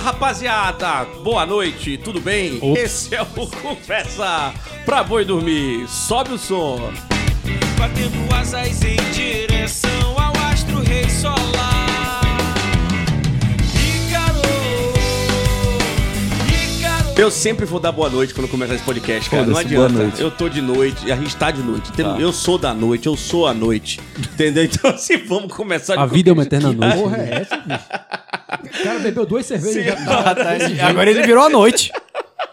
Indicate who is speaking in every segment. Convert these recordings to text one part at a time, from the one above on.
Speaker 1: rapaziada! Boa noite, tudo bem?
Speaker 2: Ops.
Speaker 1: Esse é o Conversa pra Boi Dormir. Sobe o som.
Speaker 3: Batendo asas em direção ao astro rei solar. Ícaro, Ícaro.
Speaker 1: Eu sempre vou dar boa noite quando começar esse podcast, cara. Não
Speaker 2: Foda-se,
Speaker 1: adianta.
Speaker 2: boa noite.
Speaker 1: Eu tô de noite, a gente tá de noite. Tem- Eu sou da noite, eu sou a noite. Entendeu? Então, se vamos começar de
Speaker 2: A vida é uma
Speaker 1: qualquer
Speaker 2: eterna noite.
Speaker 4: Porra, é essa, bicho? O cara bebeu duas cervejas.
Speaker 1: jeito.
Speaker 4: já- tá.
Speaker 5: Agora ele virou a noite.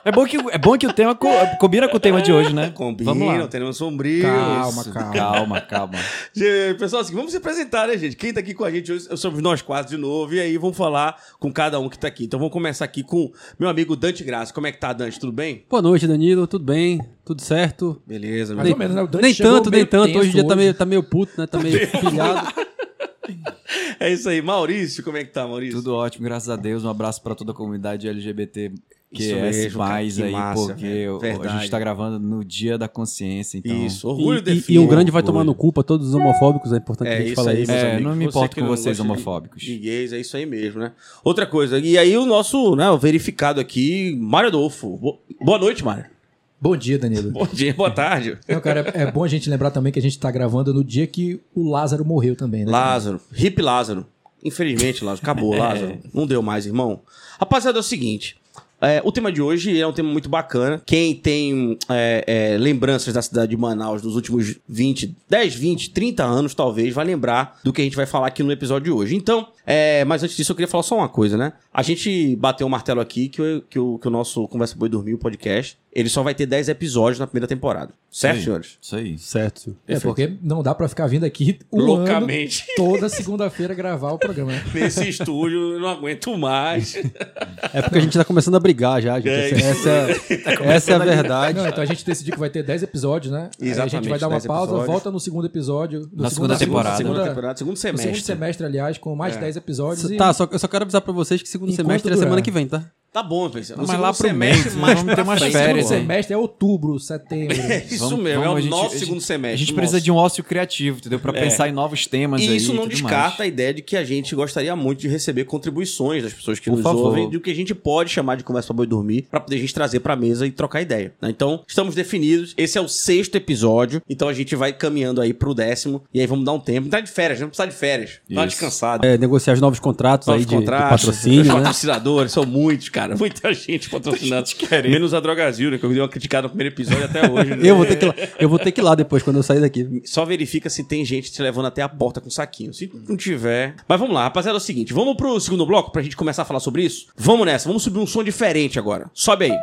Speaker 5: É bom que, é bom que o tema co- combina com o tema de hoje, né? Vamos
Speaker 1: Combina,
Speaker 5: lá.
Speaker 1: teremos Um sombrio.
Speaker 4: Calma, calma.
Speaker 5: Calma, calma.
Speaker 1: Gente, Pessoal, assim, vamos se apresentar, né, gente? Quem tá aqui com a gente hoje somos nós quatro de novo. E aí vamos falar com cada um que tá aqui. Então vamos começar aqui com meu amigo Dante Graça. Como é que tá, Dante? Tudo bem?
Speaker 2: Boa noite, Danilo. Tudo bem? Tudo certo?
Speaker 1: Beleza,
Speaker 4: Mais ou menos, né? O Dante
Speaker 2: nem
Speaker 4: chegou
Speaker 2: tanto,
Speaker 4: meio
Speaker 2: nem tanto. Hoje
Speaker 4: tenso
Speaker 2: o dia tá meio, tá meio puto, né? Tá meio pilhado.
Speaker 1: É isso aí. Maurício, como é que tá, Maurício?
Speaker 5: Tudo ótimo, graças a Deus. Um abraço pra toda a comunidade LGBT que
Speaker 1: Isso
Speaker 5: é
Speaker 1: mesmo, cara,
Speaker 5: mais
Speaker 1: que
Speaker 5: aí,
Speaker 1: massa,
Speaker 5: porque
Speaker 1: velho.
Speaker 5: a
Speaker 1: Verdade.
Speaker 5: gente tá gravando no Dia da Consciência, então.
Speaker 1: Isso, orgulho
Speaker 2: E, e,
Speaker 1: define.
Speaker 2: e um grande vai
Speaker 1: orgulho.
Speaker 2: tomar no cu pra todos os homofóbicos. É importante que a gente fale isso.
Speaker 5: meus
Speaker 1: meus
Speaker 5: É,
Speaker 1: amigos.
Speaker 5: não me importo
Speaker 1: que
Speaker 5: com
Speaker 1: não
Speaker 5: vocês
Speaker 1: gosta de-
Speaker 5: homofóbicos.
Speaker 1: De gays, é isso aí mesmo, né? Outra coisa, e aí o nosso né, o verificado aqui, Mário Adolfo. Bo- Boa noite, Mário.
Speaker 4: Bom dia, Danilo.
Speaker 1: Bom dia, boa tarde.
Speaker 4: Não, cara, é é bom a gente lembrar também que a gente tá gravando no dia que o Lázaro morreu também, né?
Speaker 1: Lázaro, hip Lázaro. Infelizmente, Lázaro, acabou, Lázaro. Não deu mais, irmão. Rapaziada, é o seguinte. é, o tema de hoje é um tema muito bacana. Quem tem é, é, lembranças da cidade de Manaus nos últimos 20, 10, 20, 30 anos, talvez, vai lembrar do que a gente vai falar aqui no episódio de hoje. Então, é, mas antes disso, eu queria falar só uma coisa, né? A gente bateu o martelo aqui que, o- que o, que o nosso Conversa Boi Dormiu podcast, ele só vai ter 10 episódios na primeira temporada. Certo,
Speaker 5: Sim.
Speaker 1: senhores?
Speaker 5: Isso aí.
Speaker 2: Certo.
Speaker 4: É porque não dá pra ficar vindo aqui um
Speaker 1: Loucamente.
Speaker 4: ano toda segunda-feira gravar o programa. né?
Speaker 1: Nesse estúdio, eu não aguento mais.
Speaker 2: É porque a gente tá começando a brigar já, gente.
Speaker 1: É, Tá
Speaker 2: Essa, essa é- essa é a verdade.
Speaker 4: Não, então a gente decidiu que vai ter 10 episódios, né? Aí a gente
Speaker 1: Exatamente,
Speaker 4: vai dar uma
Speaker 1: 10
Speaker 4: pausa,
Speaker 1: episódios.
Speaker 4: volta no segundo episódio. no
Speaker 5: Na segunda temporada.
Speaker 1: Segunda
Speaker 4: segunda-
Speaker 1: temporada, segundo
Speaker 4: no
Speaker 1: semestre. É.
Speaker 4: segundo semestre, aliás, com mais 10 episódios. e-
Speaker 2: Tá, só, eu só quero avisar pra vocês que segundo
Speaker 4: Enquanto
Speaker 2: semestre é
Speaker 4: durar.
Speaker 2: semana que vem, tá?
Speaker 1: Tá bom, pessoal. No
Speaker 5: Mas lá
Speaker 1: segundo
Speaker 5: pro mês,
Speaker 1: semestre,
Speaker 5: né?
Speaker 1: mais
Speaker 5: Vamos
Speaker 1: pra
Speaker 5: ter umas
Speaker 1: frente.
Speaker 4: Segundo
Speaker 5: férias, hein?
Speaker 4: semestre é outubro, setembro.
Speaker 1: Isso
Speaker 5: Vamos-
Speaker 1: mesmo, é
Speaker 5: vamos, a
Speaker 1: o
Speaker 5: gente-
Speaker 1: nosso
Speaker 5: a gente-
Speaker 1: segundo semestre.
Speaker 5: A gente
Speaker 1: nosso.
Speaker 5: precisa de um ócio criativo, entendeu? Pra
Speaker 1: É.
Speaker 5: pensar em novos temas aí.
Speaker 1: E isso
Speaker 5: e
Speaker 1: não
Speaker 5: tudo
Speaker 1: descarta
Speaker 5: mais.
Speaker 1: a ideia de que a gente gostaria muito de receber contribuições das pessoas que
Speaker 5: Por
Speaker 1: nos
Speaker 5: favor.
Speaker 1: ouvem, do que a gente pode chamar de conversa pra boi dormir, pra poder a gente trazer pra mesa e trocar ideia. né? Então, estamos definidos. Esse é o sexto episódio, então a gente vai caminhando aí pro décimo, e aí vamos dar um tempo. Tá de férias, não precisa de férias. Tá
Speaker 5: Isso.
Speaker 1: descansado.
Speaker 2: É, negociar os novos contratos
Speaker 1: Novos
Speaker 2: aí de, de
Speaker 1: contratos,
Speaker 2: patrocínio, né?
Speaker 1: patrocinadores, são muitos, cara. Muita gente patrocinando. Menos a Drogazil, né? Que eu dei uma criticada no primeiro episódio até hoje. né?
Speaker 2: Eu vou, ter um- que ir lá, eu vou ter que ir lá depois, quando eu sair daqui.
Speaker 1: Só verifica se tem gente te levando até a porta com saquinho. Se não tiver. Mas vamos lá, rapaziada, é o seguinte: vamos pro segundo bloco pra gente começar a falar sobre isso? Vamos nessa, vamos subir um som diferente agora. Sobe aí.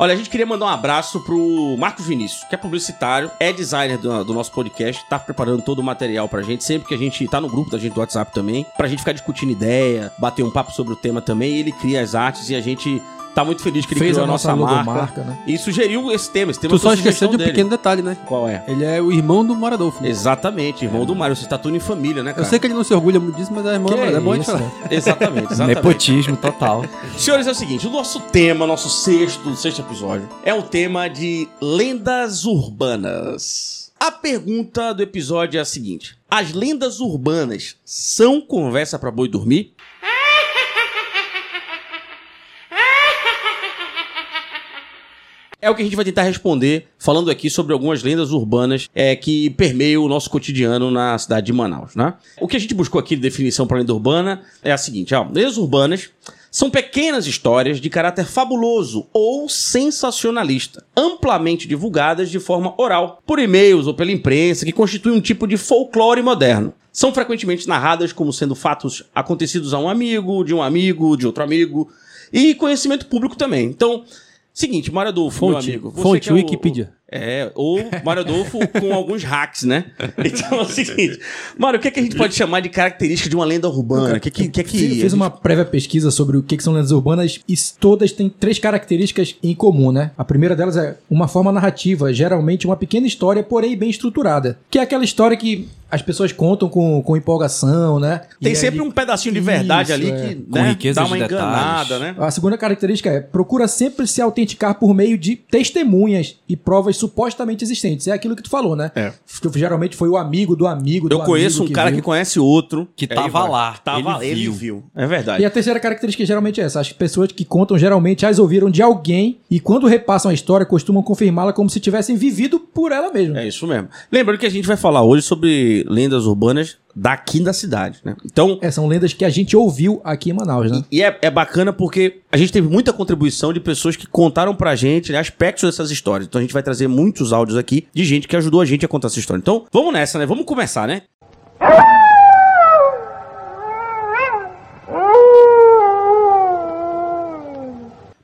Speaker 1: Olha, a gente queria mandar um abraço pro Marcos Vinícius, que é publicitário, é designer do, do nosso podcast, tá preparando todo o material pra gente, sempre que a gente tá no grupo da gente do WhatsApp também, pra gente ficar discutindo ideia, bater um papo sobre o tema também, ele cria as artes e a gente tá muito feliz que ele
Speaker 4: Fez
Speaker 1: criou
Speaker 4: a nossa,
Speaker 1: marca,
Speaker 4: logomarca, né?
Speaker 1: e sugeriu esse tema, esse tema
Speaker 2: Tu
Speaker 1: foi
Speaker 2: só esqueceu
Speaker 1: sugestão
Speaker 2: de um
Speaker 1: dele.
Speaker 2: pequeno detalhe, né?
Speaker 1: Qual é?
Speaker 2: Ele é o irmão do Moradolfo. né?
Speaker 1: Exatamente, irmão do Mário, você tá tudo em família, né,
Speaker 2: Eu
Speaker 1: cara?
Speaker 2: sei que ele não se orgulha muito disso, mas a irmã
Speaker 4: Que
Speaker 2: é, bom a gente
Speaker 4: isso,
Speaker 2: falar.
Speaker 4: né?
Speaker 1: Exatamente, exatamente.
Speaker 5: Nepotismo total.
Speaker 1: Senhores, é o seguinte, o nosso tema, nosso sexto, sexto episódio, é o tema de lendas urbanas. A pergunta do episódio é a seguinte: As lendas urbanas são conversa pra boi dormir? É o que a gente vai tentar responder falando aqui sobre algumas lendas urbanas é, que permeiam o nosso cotidiano na cidade de Manaus, né? O que a gente buscou aqui de definição para lenda urbana é a seguinte, ó, lendas urbanas são pequenas histórias de caráter fabuloso ou sensacionalista, amplamente divulgadas de forma oral, por e-mails ou pela imprensa, que constituem um tipo de folclore moderno. São frequentemente narradas como sendo fatos acontecidos a um amigo, de um amigo, de outro amigo, e conhecimento público também. Então, seguinte, Mário Adolfo, meu
Speaker 2: Fonte,
Speaker 1: amigo. você
Speaker 2: fonte
Speaker 1: que é o-
Speaker 2: Wikipedia.
Speaker 1: É, ou Mário Adolfo com alguns hacks, né? Então é o seguinte, Mário, o que, é que a gente pode chamar de característica de uma lenda urbana? O que, é que, que é que.
Speaker 4: Fiz uma prévia pesquisa sobre o que que são lendas urbanas e todas têm três características em comum, né? A primeira delas é uma forma narrativa, geralmente uma pequena história, porém bem estruturada. Que é aquela história que as pessoas contam com, com empolgação, né?
Speaker 1: Tem
Speaker 4: E
Speaker 1: sempre
Speaker 4: aí-
Speaker 1: um pedacinho de verdade
Speaker 4: Isso,
Speaker 1: ali
Speaker 4: é. Ah,
Speaker 1: que
Speaker 5: Com
Speaker 1: né,
Speaker 5: riqueza
Speaker 1: dá
Speaker 5: de
Speaker 1: uma
Speaker 5: detalhes.
Speaker 1: enganada, né?
Speaker 4: A segunda característica é procura sempre se autenticar por meio de testemunhas e provas supostamente existentes. É aquilo que tu falou, né?
Speaker 1: É.
Speaker 4: Que Geralmente foi o amigo do amigo do
Speaker 1: Eu conheço
Speaker 4: amigo
Speaker 1: um cara
Speaker 4: viu.
Speaker 1: que conhece outro.
Speaker 5: Que
Speaker 1: Aí
Speaker 5: tava
Speaker 1: vai.
Speaker 5: lá.
Speaker 1: Tava
Speaker 5: Ele
Speaker 1: ele,
Speaker 5: viu.
Speaker 1: viu. É
Speaker 4: E
Speaker 1: verdade.
Speaker 4: a terceira característica geralmente é essa. As pessoas que contam geralmente as ouviram de alguém e quando repassam a história costumam confirmá-la como se tivessem vivido por ela mesma.
Speaker 1: É isso mesmo. Lembrando que a gente vai falar hoje sobre lendas urbanas daqui da cidade, né? Então,
Speaker 4: É, são lendas que a gente ouviu aqui em Manaus, né?
Speaker 1: E é, é bacana porque a gente teve muita contribuição de pessoas que contaram pra gente né, aspectos dessas histórias. Então a gente vai trazer muitos áudios aqui de gente que ajudou a gente a contar essa história. Então vamos nessa, né? Vamos começar, né?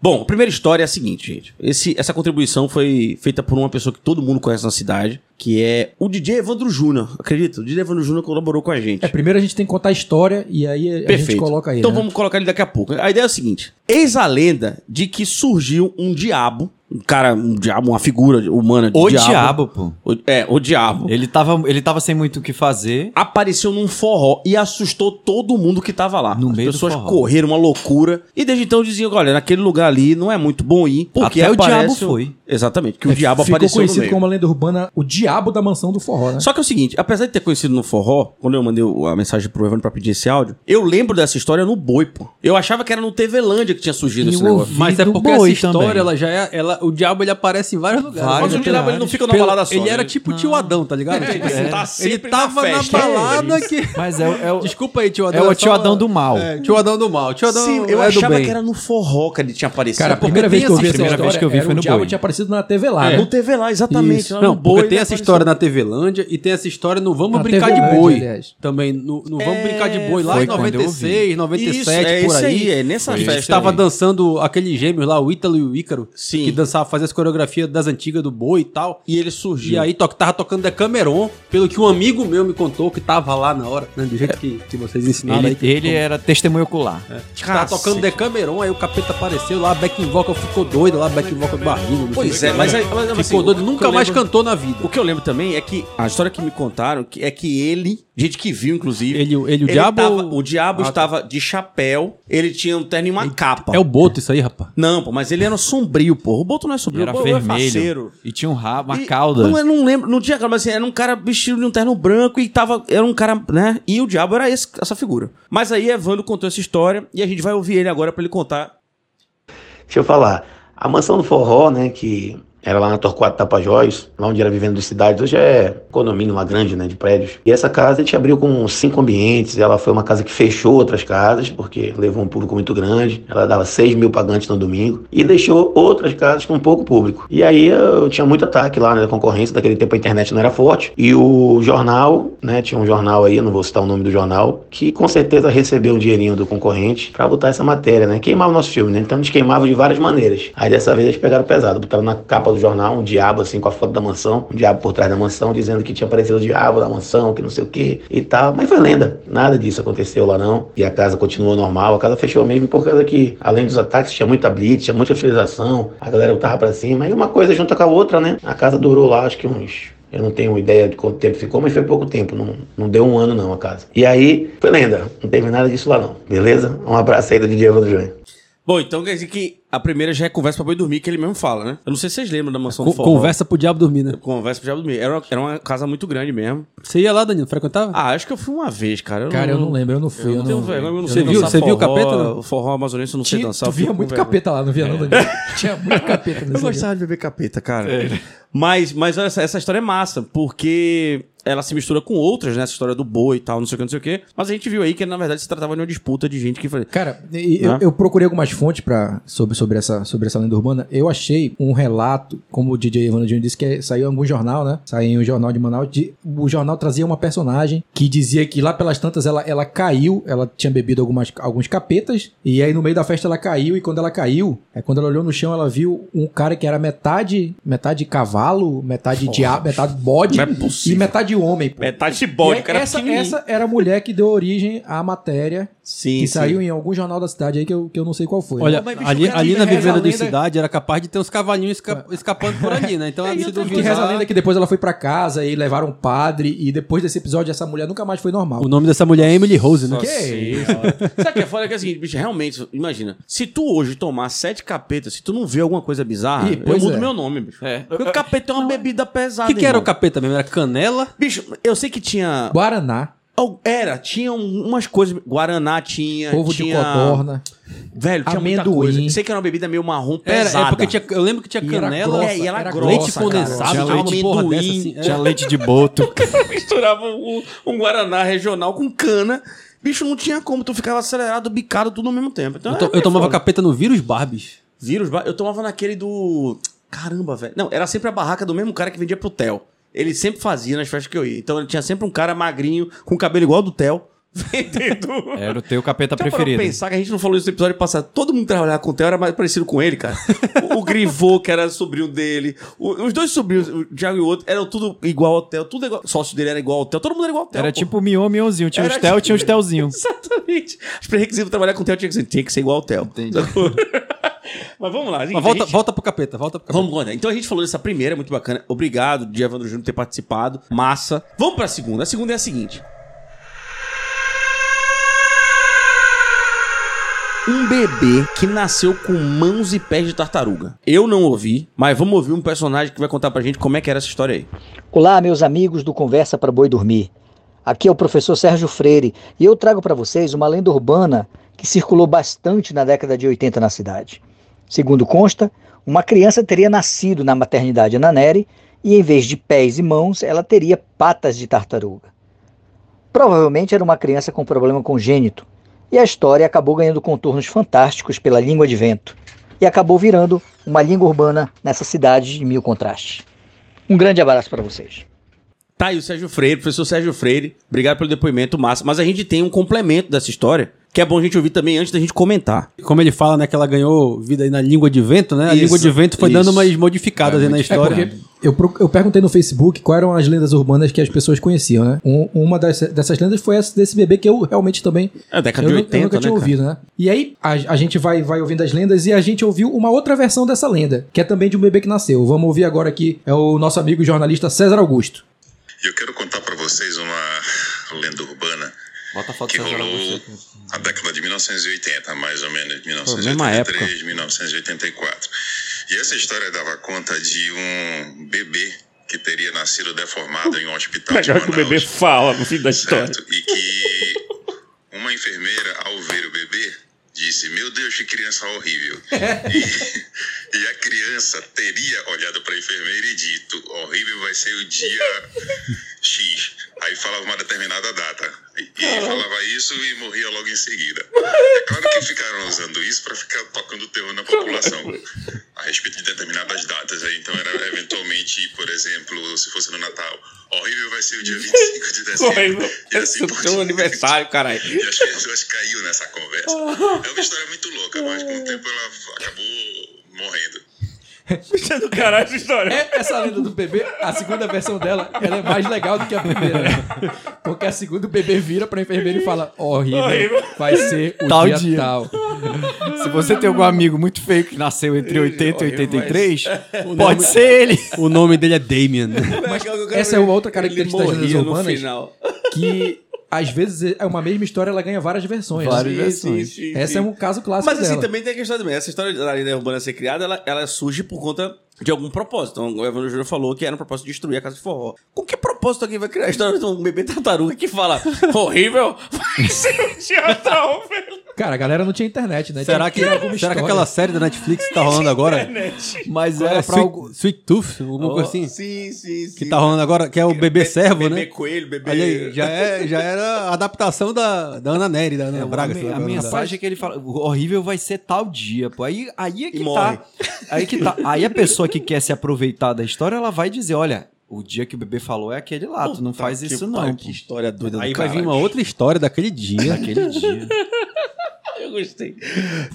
Speaker 1: Bom, a primeira história é a seguinte, gente. Esse- essa contribuição foi feita por uma pessoa que todo mundo conhece na cidade, que é o DJ Evandro Júnior. Acredito, o DJ Evandro Júnior colaborou com a gente.
Speaker 4: É, primeiro a gente tem que contar a história e aí a gente coloca aí.
Speaker 1: Então
Speaker 4: né?
Speaker 1: vamos colocar ele daqui a pouco. A ideia é o seguinte: eis a lenda de que surgiu um diabo, um cara, um diabo, uma figura humana de
Speaker 5: O diabo, pô.
Speaker 1: O- é, o diabo.
Speaker 5: Ele tava, ele tava sem muito o que fazer.
Speaker 1: Apareceu num forró e assustou todo mundo que tava lá.
Speaker 5: No
Speaker 1: As
Speaker 5: meio do
Speaker 1: pessoas
Speaker 5: forró.
Speaker 1: correram uma loucura. E desde então diziam: olha, naquele lugar ali não é muito bom ir. Porque
Speaker 5: Até o
Speaker 1: aparece
Speaker 5: diabo foi.
Speaker 1: Exatamente, que o
Speaker 4: É,
Speaker 1: diabo
Speaker 4: Ficou
Speaker 1: apareceu. no
Speaker 4: conhecido
Speaker 1: meio.
Speaker 4: como a lenda urbana o diabo da mansão do forró, né?
Speaker 1: Só que é o seguinte, apesar de ter conhecido no forró, quando eu mandei o- a mensagem pro Evandro pra pedir esse áudio, eu lembro dessa história no boi, pô. Eu achava que era no TVlândia que tinha surgido
Speaker 4: Eu
Speaker 1: esse negócio.
Speaker 4: ouvi.
Speaker 2: Mas é
Speaker 5: do
Speaker 2: porque
Speaker 5: boi
Speaker 2: essa história,
Speaker 5: também.
Speaker 2: ela já é. Ela, o diabo ele aparece em vários lugares.
Speaker 5: Vários
Speaker 2: Ele
Speaker 1: Mas o
Speaker 2: já
Speaker 1: diabo,
Speaker 2: tem-
Speaker 1: ele não fica numa
Speaker 2: Pelo-
Speaker 1: balada só,
Speaker 2: Ele
Speaker 1: né?
Speaker 2: era tipo tio Adão, tá ligado? Tipo,
Speaker 1: Ele
Speaker 2: é.
Speaker 1: tá
Speaker 2: ele
Speaker 1: sempre
Speaker 2: tava
Speaker 1: na
Speaker 2: na,
Speaker 1: festa.
Speaker 2: balada que.
Speaker 5: Mas é, o- é o.
Speaker 2: Desculpa aí, tio Adão.
Speaker 5: É o
Speaker 2: só-
Speaker 5: tio Adão do mal.
Speaker 2: É, tio Adão do mal. Tio Adão
Speaker 1: Sim, eu
Speaker 2: é do
Speaker 1: achava
Speaker 2: bem.
Speaker 1: que era no forró que ele tinha aparecido.
Speaker 4: Cara, a
Speaker 1: Porque
Speaker 4: primeira
Speaker 2: tem
Speaker 4: vez que eu
Speaker 2: essa-
Speaker 4: vi
Speaker 2: a
Speaker 4: essa
Speaker 5: primeira vez
Speaker 4: história,
Speaker 5: que eu vi
Speaker 4: era
Speaker 5: foi
Speaker 4: o
Speaker 5: no
Speaker 4: diabo
Speaker 5: boi.
Speaker 4: tinha aparecido na TV lá,
Speaker 1: no
Speaker 4: né?
Speaker 1: TV lá, exatamente.
Speaker 4: Isso.
Speaker 1: lá no
Speaker 2: Não,
Speaker 1: boi,
Speaker 2: porque tem
Speaker 1: ele
Speaker 2: essa
Speaker 1: apareceu.
Speaker 2: história na TV Lândia e tem essa história no Vamos
Speaker 4: Na
Speaker 2: Brincar de
Speaker 4: TVlândia,
Speaker 2: Boi.
Speaker 4: aliás.
Speaker 2: Também, no, no Vamos
Speaker 1: É,
Speaker 2: Brincar de Boi, lá
Speaker 5: foi
Speaker 2: em
Speaker 5: quando eu
Speaker 2: 96, 97,
Speaker 1: Isso, é
Speaker 2: por
Speaker 1: esse
Speaker 2: aí.
Speaker 1: aí, é nessa
Speaker 2: a
Speaker 1: festa
Speaker 2: gente tava
Speaker 1: aí.
Speaker 2: dançando aquele gêmeo lá, o Ítalo e o Ícaro,
Speaker 1: Sim.
Speaker 2: que dançava, fazia as coreografias das antigas do Boi e tal.
Speaker 1: E ele surgiu.
Speaker 2: E aí to tava tocando Decameron, pelo que um amigo meu me contou que tava lá na hora, né, do
Speaker 1: É.
Speaker 2: jeito que, que vocês ensinaram aí.
Speaker 5: Ele,
Speaker 2: Que
Speaker 5: ele era testemunho ocular.
Speaker 1: Tá
Speaker 2: Tava tocando
Speaker 1: Cacete.
Speaker 2: Decameron, aí o capeta apareceu lá, back in vocal ficou doido lá, back in vocal barriga. não
Speaker 1: Pois
Speaker 2: sei
Speaker 1: é,
Speaker 2: o né? que.
Speaker 1: mas aí. mas, assim,
Speaker 2: Ficou doido,
Speaker 1: o que
Speaker 2: nunca
Speaker 1: eu
Speaker 2: mais
Speaker 1: lembro-
Speaker 2: cantou na vida.
Speaker 1: O que eu lembro também é que a história que me contaram que- é que ele, gente que viu, inclusive.
Speaker 2: Ele- ele, o diabo
Speaker 1: tava-
Speaker 2: ou-
Speaker 1: o diabo
Speaker 2: Ah, tá.
Speaker 1: estava de chapéu, ele tinha um terno e uma capa.
Speaker 2: É o Boto isso aí, rapaz.
Speaker 1: Não, pô, mas ele era sombrio, pô. O Boto não é
Speaker 5: Ele
Speaker 1: sombrio,
Speaker 5: era
Speaker 1: o Boto é
Speaker 5: vermelho.
Speaker 1: faceiro.
Speaker 5: E tinha um rabo, uma
Speaker 1: E-
Speaker 5: cauda.
Speaker 1: Não, eu não lembro, não tinha, mas assim, era um cara vestido de um terno branco e tava, era um cara, né? E o diabo era esse- essa figura. Mas aí Evandro contou essa história e a gente vai ouvir ele agora pra ele contar.
Speaker 6: Deixa eu falar. A mansão do forró, né, que era lá na Torquato Tapajós, lá onde era vivendo dos cidades, hoje é condomínio lá grande, né, de prédios. E essa casa a gente abriu com cinco ambientes, ela foi uma casa que fechou outras casas, porque levou um público muito grande, ela dava 6 mil pagantes no domingo, e deixou outras casas com pouco público. E aí eh, eu tinha muito ataque lá, né, da concorrência, daquele tempo a internet não era forte, e o jornal, né, tinha um jornal aí, eu não vou citar o nome do jornal, que com certeza recebeu um dinheirinho do concorrente pra botar essa matéria, né, queimar o nosso filme, né, então eles queimavam de várias maneiras. Aí dessa vez eles pegaram pesado, botaram na capa do jornal um diabo, assim, com a foto da mansão, um diabo por trás da mansão, dizendo que tinha aparecido o diabo da mansão, que não sei o que e tal, mas foi lenda, nada disso aconteceu lá não, e a casa continuou normal, a casa fechou mesmo por causa que, além dos ataques, tinha muita blitz, tinha muita fiscalização, a galera lutava pra cima, e uma coisa junta com a outra, né, a casa durou lá, acho que uns eu não tenho ideia de quanto tempo ficou, mas foi pouco tempo. Não, não deu um ano, não, a casa. E aí, foi lenda. Não teve nada disso lá, não. Beleza? Um abraço aí do Diego Evandro Júnior.
Speaker 1: Bom, então quer dizer que a primeira já é conversa pra boi dormir, que ele mesmo fala, né? Eu não sei se vocês lembram da mansão
Speaker 2: Co-
Speaker 1: do forró.
Speaker 2: É, Conversa pro diabo dormir, né?
Speaker 1: Conversa pro diabo dormir. Era, uma- era uma casa muito grande mesmo.
Speaker 2: Você ia lá, Danilo, frequentava?
Speaker 1: Ah, acho que eu fui uma vez, cara.
Speaker 4: Cara, eu não lembro, eu não fui.
Speaker 1: Eu não tenho vergonha, eu não sei
Speaker 2: Você viu-
Speaker 1: dançar
Speaker 2: você viu o
Speaker 1: forró,
Speaker 2: capeta, não?
Speaker 1: Forró amazonense, eu não sei
Speaker 4: Tinha,
Speaker 1: dançar.
Speaker 4: tu
Speaker 1: eu fico
Speaker 4: via
Speaker 1: com
Speaker 4: muito
Speaker 1: vergonha.
Speaker 4: capeta lá, não via não, Danilo? Tinha muito capeta
Speaker 1: Eu
Speaker 4: nesse
Speaker 1: gostava de beber capeta, cara. Mas, mas olha, essa, essa história é massa, é porque ela se mistura com outras, né? Essa história do boi e tal, não sei o que, não sei o que. Mas a gente viu aí que, na verdade, se tratava de uma disputa de gente que fazia.
Speaker 4: Cara, e- eu,
Speaker 1: Né?
Speaker 4: eu procurei algumas fontes pra, sobre, sobre, essa, sobre essa lenda urbana. Eu achei um relato, como o DJ Evandro disse, que é- saiu em algum jornal, né? Saiu em um jornal de Manaus. de- o jornal trazia uma personagem que dizia que lá pelas tantas ela, ela caiu, ela tinha bebido algumas, alguns capetas, e aí no meio da festa ela caiu, e quando ela caiu, é quando ela olhou no chão, ela viu um cara que era metade, metade cavalo, metade diabo, metade bode,
Speaker 1: Não é possível. É
Speaker 4: e metade homem. pô.
Speaker 1: Metade de
Speaker 4: E
Speaker 1: bode,
Speaker 4: aí,
Speaker 1: o cara
Speaker 4: essa,
Speaker 1: pequenininho.
Speaker 4: essa era a mulher que deu origem à matéria
Speaker 1: Sim,
Speaker 4: que
Speaker 1: sim.
Speaker 4: saiu em algum jornal da cidade aí que eu, que eu não sei qual foi.
Speaker 2: Olha,
Speaker 4: Mas, bicho,
Speaker 2: ali,
Speaker 1: é
Speaker 4: o cara
Speaker 2: ali
Speaker 4: que
Speaker 2: na
Speaker 4: reza
Speaker 2: vivenda
Speaker 4: a
Speaker 2: de
Speaker 4: lenda-
Speaker 2: cidade era capaz de ter uns cavalinhos esca- escapando por ali, né?
Speaker 1: É,
Speaker 2: Então, se
Speaker 4: Que reza a lenda
Speaker 2: duvidar...
Speaker 4: que depois ela foi pra casa e levaram um padre e depois desse episódio essa mulher nunca mais foi normal.
Speaker 2: O nome dessa mulher é Emily Rose, né?
Speaker 1: Nossa senhora. Sabe o que é foda? É que é o seguinte, bicho, realmente, imagina. Se tu hoje tomar sete capetas, se tu não vê alguma coisa bizarra,
Speaker 4: Ih,
Speaker 1: eu
Speaker 4: pois
Speaker 1: mudo
Speaker 4: é.
Speaker 1: meu nome, bicho. Porque o capeta é uma bebida
Speaker 2: O
Speaker 1: pesada.
Speaker 2: que, que era o
Speaker 1: irmão.
Speaker 2: capeta mesmo? Era canela?
Speaker 1: Bicho, eu sei que tinha.
Speaker 4: Guaraná,
Speaker 1: al- Era, tinha um- umas coisas. Guaraná tinha.
Speaker 4: ovo
Speaker 1: tinha,
Speaker 4: de codorna.
Speaker 1: Velho, tinha muita
Speaker 4: amendoim.
Speaker 1: coisa. Sei que era uma bebida meio marrom pesada.
Speaker 2: Era, é porque tinha, eu lembro que tinha
Speaker 4: era
Speaker 2: canela,
Speaker 4: grossa,
Speaker 1: É, e ela
Speaker 4: era
Speaker 1: grossa,
Speaker 2: leite
Speaker 1: cara. Tinha
Speaker 2: condensado, tinha
Speaker 1: leite
Speaker 2: leite porra dessa,
Speaker 1: amendoim,
Speaker 2: assim. É.
Speaker 5: Tinha leite de boto.
Speaker 1: misturava um, um Guaraná regional com cana. Bicho, não tinha como, tu ficava acelerado, bicado, tudo ao mesmo tempo. Então,
Speaker 2: Eu, to-
Speaker 1: era
Speaker 2: eu
Speaker 1: meio
Speaker 2: tomava
Speaker 1: foda.
Speaker 2: capeta no vírus Barbies.
Speaker 1: Vírus, ba- eu tomava naquele do. Caramba, velho. Não, era sempre a barraca do mesmo cara que vendia pro Theo. Ele sempre fazia nas festas que eu ia. Então ele tinha sempre um cara magrinho, com cabelo igual ao do Theo, vendendo.
Speaker 5: Era o teu
Speaker 1: Deixa
Speaker 5: capeta
Speaker 1: eu parar pra
Speaker 5: Tá preferido.
Speaker 1: pensar que a gente não falou isso no episódio passado. Todo mundo que trabalhava com o Theo era mais parecido com ele, cara. O, o Grivô, que era sobrinho dele. o- os dois sobrinhos, o Thiago e o outro, eram tudo igual ao Theo. Tudo igual. O sócio dele era igual ao Theo. Todo mundo era igual ao Theo.
Speaker 5: Era
Speaker 1: pô.
Speaker 5: tipo um. o Mion, Mionzinho. Tinha
Speaker 1: Era
Speaker 5: os Tel,
Speaker 1: tipo-
Speaker 5: tinha os Telzinho.
Speaker 1: Exatamente. Os pré-requisitos pra trabalhar com o Theo tinha que ser, tinha que ser igual ao Theo. Sacou? Mas vamos lá. gente,
Speaker 2: Mas
Speaker 1: a
Speaker 2: volta,
Speaker 1: gente-
Speaker 2: volta pro capeta, volta pro capeta.
Speaker 1: Vamos, Gonda. Então a gente falou dessa primeira, muito bacana. Obrigado, de Evandro Júnior, por ter participado. Massa. Vamos pra segunda. A segunda é a seguinte. Um bebê que nasceu com mãos e pés de tartaruga. Eu não ouvi, mas vamos ouvir um personagem que vai contar pra gente como é que era essa história aí.
Speaker 7: Olá, meus amigos do Conversa para Boi Dormir. Aqui é o professor Sérgio Freire e eu trago para vocês uma lenda urbana que circulou bastante na década de 80 na cidade. Segundo consta, uma criança teria nascido na maternidade Ananeri e, em vez de pés e mãos, ela teria patas de tartaruga. Provavelmente era uma criança com problema congênito, e a história acabou ganhando contornos fantásticos pela língua de vento e acabou virando uma língua urbana nessa cidade de mil contrastes. Um grande abraço para vocês.
Speaker 1: Tá aí o Sérgio Freire, professor Sérgio Freire. Obrigado pelo depoimento, massa. Mas a gente tem um complemento dessa história, que é bom a gente ouvir também antes da gente comentar.
Speaker 2: Como ele fala, né, que ela ganhou vida aí na língua de vento, né? A
Speaker 1: Isso,
Speaker 2: língua de vento foi dando
Speaker 1: isso.
Speaker 2: umas modificadas aí na história.
Speaker 4: É porque eu, pro- eu perguntei no Facebook quais eram as lendas urbanas que as pessoas conheciam, né? Um- uma das- dessas lendas foi essa desse bebê que eu realmente também
Speaker 1: É, década
Speaker 4: eu,
Speaker 1: de
Speaker 4: nu-
Speaker 1: 80,
Speaker 4: eu nunca
Speaker 1: né,
Speaker 4: tinha
Speaker 1: cara?
Speaker 4: ouvido, né? E aí a, a gente vai, vai ouvindo as lendas e a gente ouviu uma outra versão dessa lenda, que é também de um bebê que nasceu. Vamos ouvir agora aqui, é o nosso amigo e jornalista César Augusto.
Speaker 8: E eu quero contar para vocês uma lenda urbana
Speaker 2: Bota a foto
Speaker 8: que
Speaker 2: do César
Speaker 8: rolou
Speaker 2: Augusto.
Speaker 8: na década de 1980, mais ou menos,
Speaker 1: mesma época.
Speaker 8: 1983, 1984. E essa história dava conta de um bebê que teria nascido deformado em um hospital de Manaus.
Speaker 1: fala no fim da
Speaker 8: certo? E que uma enfermeira, ao ver o bebê, disse: Meu Deus, que criança horrível. E, e a criança teria olhado para a enfermeira e dito: Horrível vai ser o dia X. Aí falava uma determinada data. E falava isso e morria logo em seguida. É claro que ficaram usando isso para ficar tocando terror na população a respeito de determinadas datas. Aí, então, era eventualmente, por exemplo, se fosse no Natal, horrível vai ser o dia 25 de dezembro. E Tipo assim por diante.
Speaker 1: caralho.
Speaker 8: E as pessoas caíam nessa conversa. É uma história muito louca, mas com o tempo ela acabou morrendo.
Speaker 1: do caralho essa história.
Speaker 4: É, essa lenda do bebê, a segunda versão dela, ela é mais legal do que a primeira. né? Porque a segunda o bebê vira pra enfermeira e fala: horrível, vai ser o
Speaker 5: Tal
Speaker 4: dia,
Speaker 5: dia."
Speaker 4: tal.
Speaker 5: Se você tem algum amigo muito feio que nasceu entre 80 e 83, pode ser ele.
Speaker 2: O nome dele é Damien. né?
Speaker 4: essa é uma outra característica das lendas
Speaker 1: morria no
Speaker 4: urbanas.
Speaker 1: final.
Speaker 4: Que às vezes é uma mesma história, ela ganha várias versões.
Speaker 5: Várias
Speaker 4: Sim,
Speaker 5: versões.
Speaker 4: sim, sim, Essa é um caso clássico
Speaker 1: Mas assim,
Speaker 4: dela.
Speaker 1: também tem a questão também. Essa história da lenda urbana ser criada, ela, ela surge por conta de algum propósito. Então, o Evandro Júnior falou que era um propósito de destruir a casa de forró. Com que propósito alguém vai criar a história de um bebê tartaruga que fala horrível? Vai ser um dia tal, velho.
Speaker 4: Cara, a galera não tinha internet, né?
Speaker 2: Será
Speaker 4: Tinha
Speaker 2: que,
Speaker 4: ter alguma
Speaker 2: será que
Speaker 4: história.
Speaker 2: aquela série da Netflix que tá rolando agora?
Speaker 5: Mas
Speaker 2: Qual
Speaker 5: era
Speaker 2: é,
Speaker 5: pra Oh.
Speaker 2: Sweet,
Speaker 5: algo.
Speaker 2: Sweet Tooth, alguma coisa assim?
Speaker 9: Sim, sim, sim.
Speaker 2: Que tá rolando agora, que é o Bebê Servo, né?
Speaker 9: Bebê coelho, bebê...
Speaker 2: Olha aí, já, é, já era a adaptação da, da Ana Nery, da Ana Braga.
Speaker 5: a,
Speaker 2: sei
Speaker 5: É, me-
Speaker 2: lá,
Speaker 5: a
Speaker 2: da-
Speaker 5: mensagem que ele fala, o horrível vai ser tal dia, pô. Aí, aí é que
Speaker 9: morre.
Speaker 5: tá. Aí que tá. Aí a pessoa que quer se aproveitar da história, ela vai dizer, olha, o dia que o bebê falou é aquele lá, tu não faz
Speaker 1: Tá, que
Speaker 5: isso
Speaker 1: pariu,
Speaker 5: não.
Speaker 1: Que história doida
Speaker 2: Aí
Speaker 1: do
Speaker 2: vai
Speaker 1: caralho.
Speaker 2: vir uma outra história daquele dia.
Speaker 5: Aquele dia.
Speaker 1: Eu gostei.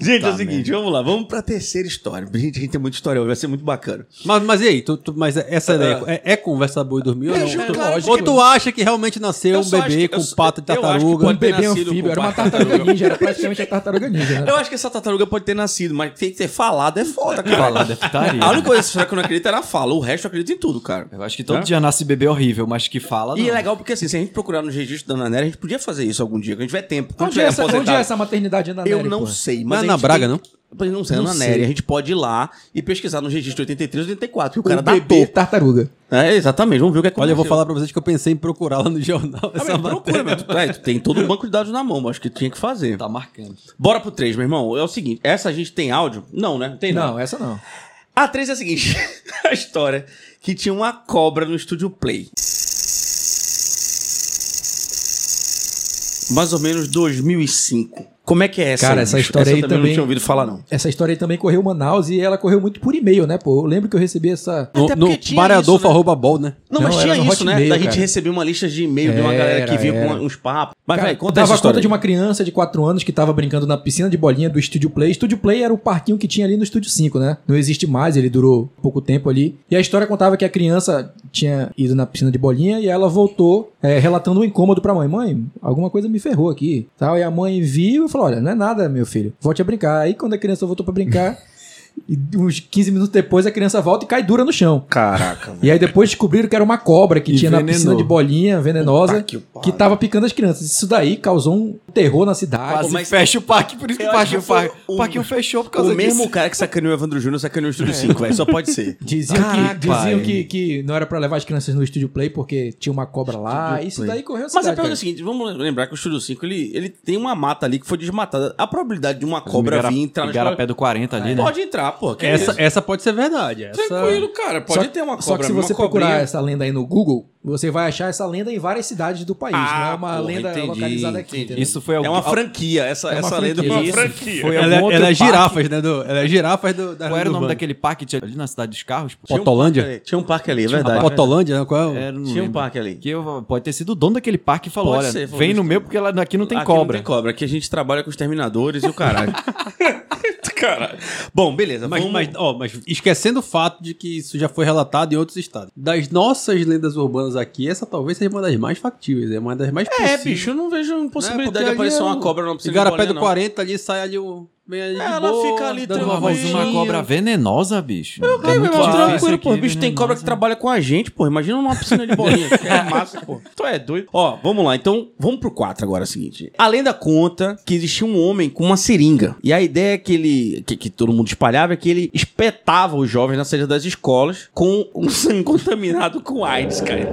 Speaker 1: Gente, é o seguinte, vamos lá. Vamos pra terceira história. Gente, a gente tem muita história hoje. Vai ser muito bacana.
Speaker 2: mas, mas e aí? Tu, tu- mas essa ideia é, é conversa boa e dormir ou
Speaker 1: É,
Speaker 2: não?
Speaker 1: é
Speaker 2: Tu-
Speaker 1: claro
Speaker 2: ou
Speaker 1: que-
Speaker 2: tu acha que realmente nasceu
Speaker 1: Eu
Speaker 2: um
Speaker 1: só acho
Speaker 2: bebê
Speaker 1: que- eu
Speaker 2: com
Speaker 1: só-
Speaker 2: pato de
Speaker 1: eu acho que
Speaker 2: tartaruga?
Speaker 1: pode
Speaker 4: Um bebê
Speaker 1: ter nascido
Speaker 4: anfíbio,
Speaker 1: com
Speaker 4: era uma
Speaker 1: tartaruga.
Speaker 4: tartaruga ninja, era praticamente a tartaruga ninja, né?
Speaker 1: Eu acho que essa tartaruga pode ter nascido, mas tem que ter falado é foda, cara.
Speaker 5: Falado é putaria.
Speaker 1: A única coisa dessa história que eu não acredito é na fala. O resto eu acredito em tudo,
Speaker 2: É,
Speaker 1: cara.
Speaker 5: Eu acho que todo
Speaker 1: Né?
Speaker 5: dia nasce bebê horrível, mas que fala não.
Speaker 1: E é legal porque, assim, se a gente procurar nos registros da Nanera, a gente podia fazer isso algum dia, quando tiver tempo. Quando
Speaker 4: Onde é,
Speaker 1: tiver
Speaker 4: essa, onde é
Speaker 1: aposentado.
Speaker 4: essa maternidade na
Speaker 1: Eu
Speaker 4: Nery,
Speaker 1: não
Speaker 4: pô?
Speaker 1: sei,
Speaker 2: Não
Speaker 1: mas.
Speaker 2: é
Speaker 1: a
Speaker 2: na
Speaker 1: gente
Speaker 2: Braga,
Speaker 1: tem-
Speaker 2: não?
Speaker 1: Pois Não sei, é
Speaker 2: Não
Speaker 1: na
Speaker 2: sei.
Speaker 1: Nery. A gente pode ir lá e pesquisar nos registros 83 e 84, que o cara
Speaker 4: o bebê
Speaker 1: datou.
Speaker 4: tartaruga.
Speaker 1: É, exatamente, vamos ver o que aconteceu.
Speaker 2: Olha, eu vou falar pra vocês que eu pensei em procurá-la no jornal.
Speaker 1: Ah,
Speaker 2: Essa
Speaker 1: mas procura, mas
Speaker 2: matéria.
Speaker 1: tu- é, tu tem todo o banco de dados na mão, mas acho que tinha que fazer.
Speaker 5: Tá marcando.
Speaker 1: Bora pro 3, meu irmão. É o seguinte, essa a gente tem áudio? Não, né? Não tem não.
Speaker 4: Não, essa não.
Speaker 1: A 3 é a seguinte, a história que tinha uma cobra no estúdio Play. Mais ou menos 2005. Como é que é essa?
Speaker 4: Cara,
Speaker 1: aí,
Speaker 4: essa
Speaker 1: bicho?
Speaker 4: história aí
Speaker 1: eu também não
Speaker 4: também-
Speaker 1: tinha ouvido falar não.
Speaker 4: Essa história aí também correu em Manaus e ela correu muito por e-mail, né, pô? Eu lembro que eu recebi essa...
Speaker 1: Até
Speaker 2: No,
Speaker 1: porque
Speaker 2: no
Speaker 1: tinha
Speaker 2: Bareadolfo
Speaker 1: isso, né?
Speaker 2: arroba bol, né?
Speaker 1: Não, mas
Speaker 4: Não,
Speaker 1: tinha
Speaker 4: era no
Speaker 1: isso, né?
Speaker 4: Hotmail,
Speaker 1: Da gente
Speaker 4: cara.
Speaker 1: receber uma lista de e-mail de uma galera que
Speaker 4: Era,
Speaker 1: vinha com
Speaker 4: era.
Speaker 1: uns papos. Mas,
Speaker 4: Cara,
Speaker 1: velho, conta essa
Speaker 4: dava
Speaker 1: história.
Speaker 4: conta de
Speaker 1: aí.
Speaker 4: uma criança de 4 anos que tava brincando na piscina de bolinha do Estúdio Play. Estúdio Play era o parquinho que tinha ali no Estúdio 5, né? Não existe mais, ele durou pouco tempo ali. E a história contava que a criança tinha ido na piscina de bolinha e ela voltou é, relatando um incômodo pra mãe. Mãe, alguma coisa me ferrou aqui. Tal. E a mãe viu e falou, olha, não é nada, meu filho. Volte a brincar. Aí quando a criança voltou pra brincar... E uns 15 minutos depois a criança volta e cai dura no chão.
Speaker 1: Caraca,
Speaker 4: E aí depois descobriram que era uma cobra que tinha na
Speaker 5: Envenenou.
Speaker 4: piscina de bolinha venenosa
Speaker 1: Puta que pariu.
Speaker 4: que tava picando as crianças. Isso daí causou um terror na cidade.
Speaker 5: Quase
Speaker 1: Ah, então mas-
Speaker 5: fecha o parque, por isso que
Speaker 1: Eu
Speaker 5: o
Speaker 1: acho que
Speaker 5: parque, o
Speaker 1: foi
Speaker 5: parque,
Speaker 1: o-
Speaker 5: o parquinho fechou por causa
Speaker 1: O mesmo
Speaker 5: disso.
Speaker 1: cara que sacaneou o Evandro Júnior sacaneou o Estúdio 5, velho. Só pode ser.
Speaker 4: Diziam,
Speaker 5: Caraca,
Speaker 4: que, diziam
Speaker 5: pai.
Speaker 4: que, que não era pra levar as crianças no Estúdio Play porque tinha uma cobra lá.
Speaker 1: Estúdio
Speaker 4: Isso
Speaker 1: Play.
Speaker 4: daí correu na
Speaker 1: Mas a
Speaker 4: cidade.
Speaker 1: pergunta é
Speaker 4: cara.
Speaker 1: a seguinte, vamos lembrar que o Estúdio 5, ele, ele tem uma mata ali que foi desmatada. A probabilidade de uma cobra
Speaker 5: Igara-
Speaker 1: vir entrar na
Speaker 5: Igarapé do 40 ali, né?
Speaker 1: Pode entrar, pô. que
Speaker 2: Essa,
Speaker 1: isso?
Speaker 2: essa pode ser verdade. Essa...
Speaker 1: Tranquilo, cara. Pode
Speaker 4: Só-
Speaker 1: ter uma cobra. é
Speaker 4: Só que se
Speaker 1: uma
Speaker 4: você
Speaker 1: cobrinha.
Speaker 4: procurar essa lenda aí no Google, você vai achar essa lenda em várias cidades do país.
Speaker 1: Ah,
Speaker 4: não é uma
Speaker 1: porra,
Speaker 4: lenda
Speaker 1: entendi,
Speaker 4: localizada aqui.
Speaker 1: entendi.
Speaker 4: entendeu?
Speaker 5: Isso foi
Speaker 1: É
Speaker 5: algum-
Speaker 1: uma
Speaker 5: al-
Speaker 1: franquia. Essa,
Speaker 4: É uma
Speaker 1: essa lenda é
Speaker 4: franquia.
Speaker 1: uma
Speaker 4: Isso.
Speaker 1: franquia.
Speaker 5: Foi
Speaker 2: Ela,
Speaker 5: algum outro
Speaker 2: ela é
Speaker 5: parque.
Speaker 2: girafas, né? Do, ela é girafas do, da
Speaker 5: Qual era o nome
Speaker 2: Urbana.
Speaker 5: daquele parque que tinha ali na Cidade dos Carros? pô?
Speaker 1: Tinha um
Speaker 2: Potolândia?
Speaker 1: parque ali. Tinha um parque ali, é verdade.
Speaker 2: Potolândia, né? Qual é o-
Speaker 5: Era, não
Speaker 1: Tinha um
Speaker 5: lembro.
Speaker 1: parque ali.
Speaker 5: Que eu- pode ter sido o dono daquele parque e falou:
Speaker 1: Pode
Speaker 5: olha,
Speaker 1: ser, falou
Speaker 5: vem no
Speaker 1: isso.
Speaker 5: meu porque lá, aqui não tem
Speaker 1: Aqui
Speaker 5: cobra.
Speaker 1: Não tem cobra. Aqui a gente trabalha com os terminadores e o caralho. caralho. Bom, beleza.
Speaker 2: Mas,
Speaker 1: vamos...
Speaker 2: mas, ó, mas esquecendo o fato de que isso já foi relatado em outros estados. Das nossas lendas urbanas aqui, essa talvez seja uma das mais factíveis, é uma das mais
Speaker 1: É,
Speaker 2: possíveis.
Speaker 1: bicho, eu não vejo
Speaker 2: Né?
Speaker 1: impossibilidade
Speaker 2: Porque
Speaker 1: de
Speaker 2: ali
Speaker 1: aparecer
Speaker 2: é
Speaker 1: uma
Speaker 2: um-
Speaker 1: cobra na piscina de
Speaker 2: Igarapé
Speaker 1: bolinha,
Speaker 2: do
Speaker 1: não.
Speaker 2: 40 ali, sai ali o... Vem ali de
Speaker 1: Ela
Speaker 2: boa,
Speaker 1: fica ali
Speaker 2: dando uma
Speaker 5: Pô, Mas
Speaker 2: vozinha.
Speaker 5: uma cobra venenosa, bicho. Eu
Speaker 1: É, meu irmão, tranquilo, pô.
Speaker 5: O
Speaker 1: Bicho, tem cobra que é. trabalha com a gente, pô. Imagina numa piscina de bolinha. é massa, pô. Tu é doido. Ó, vamos lá. Então, vamos pro 4 agora, é o seguinte. A lenda conta que existia um homem com uma seringa. E a ideia é que ele... Que, que todo mundo espalhava é que ele espetava os jovens na saída das escolas com um sangue contaminado com AIDS, cara.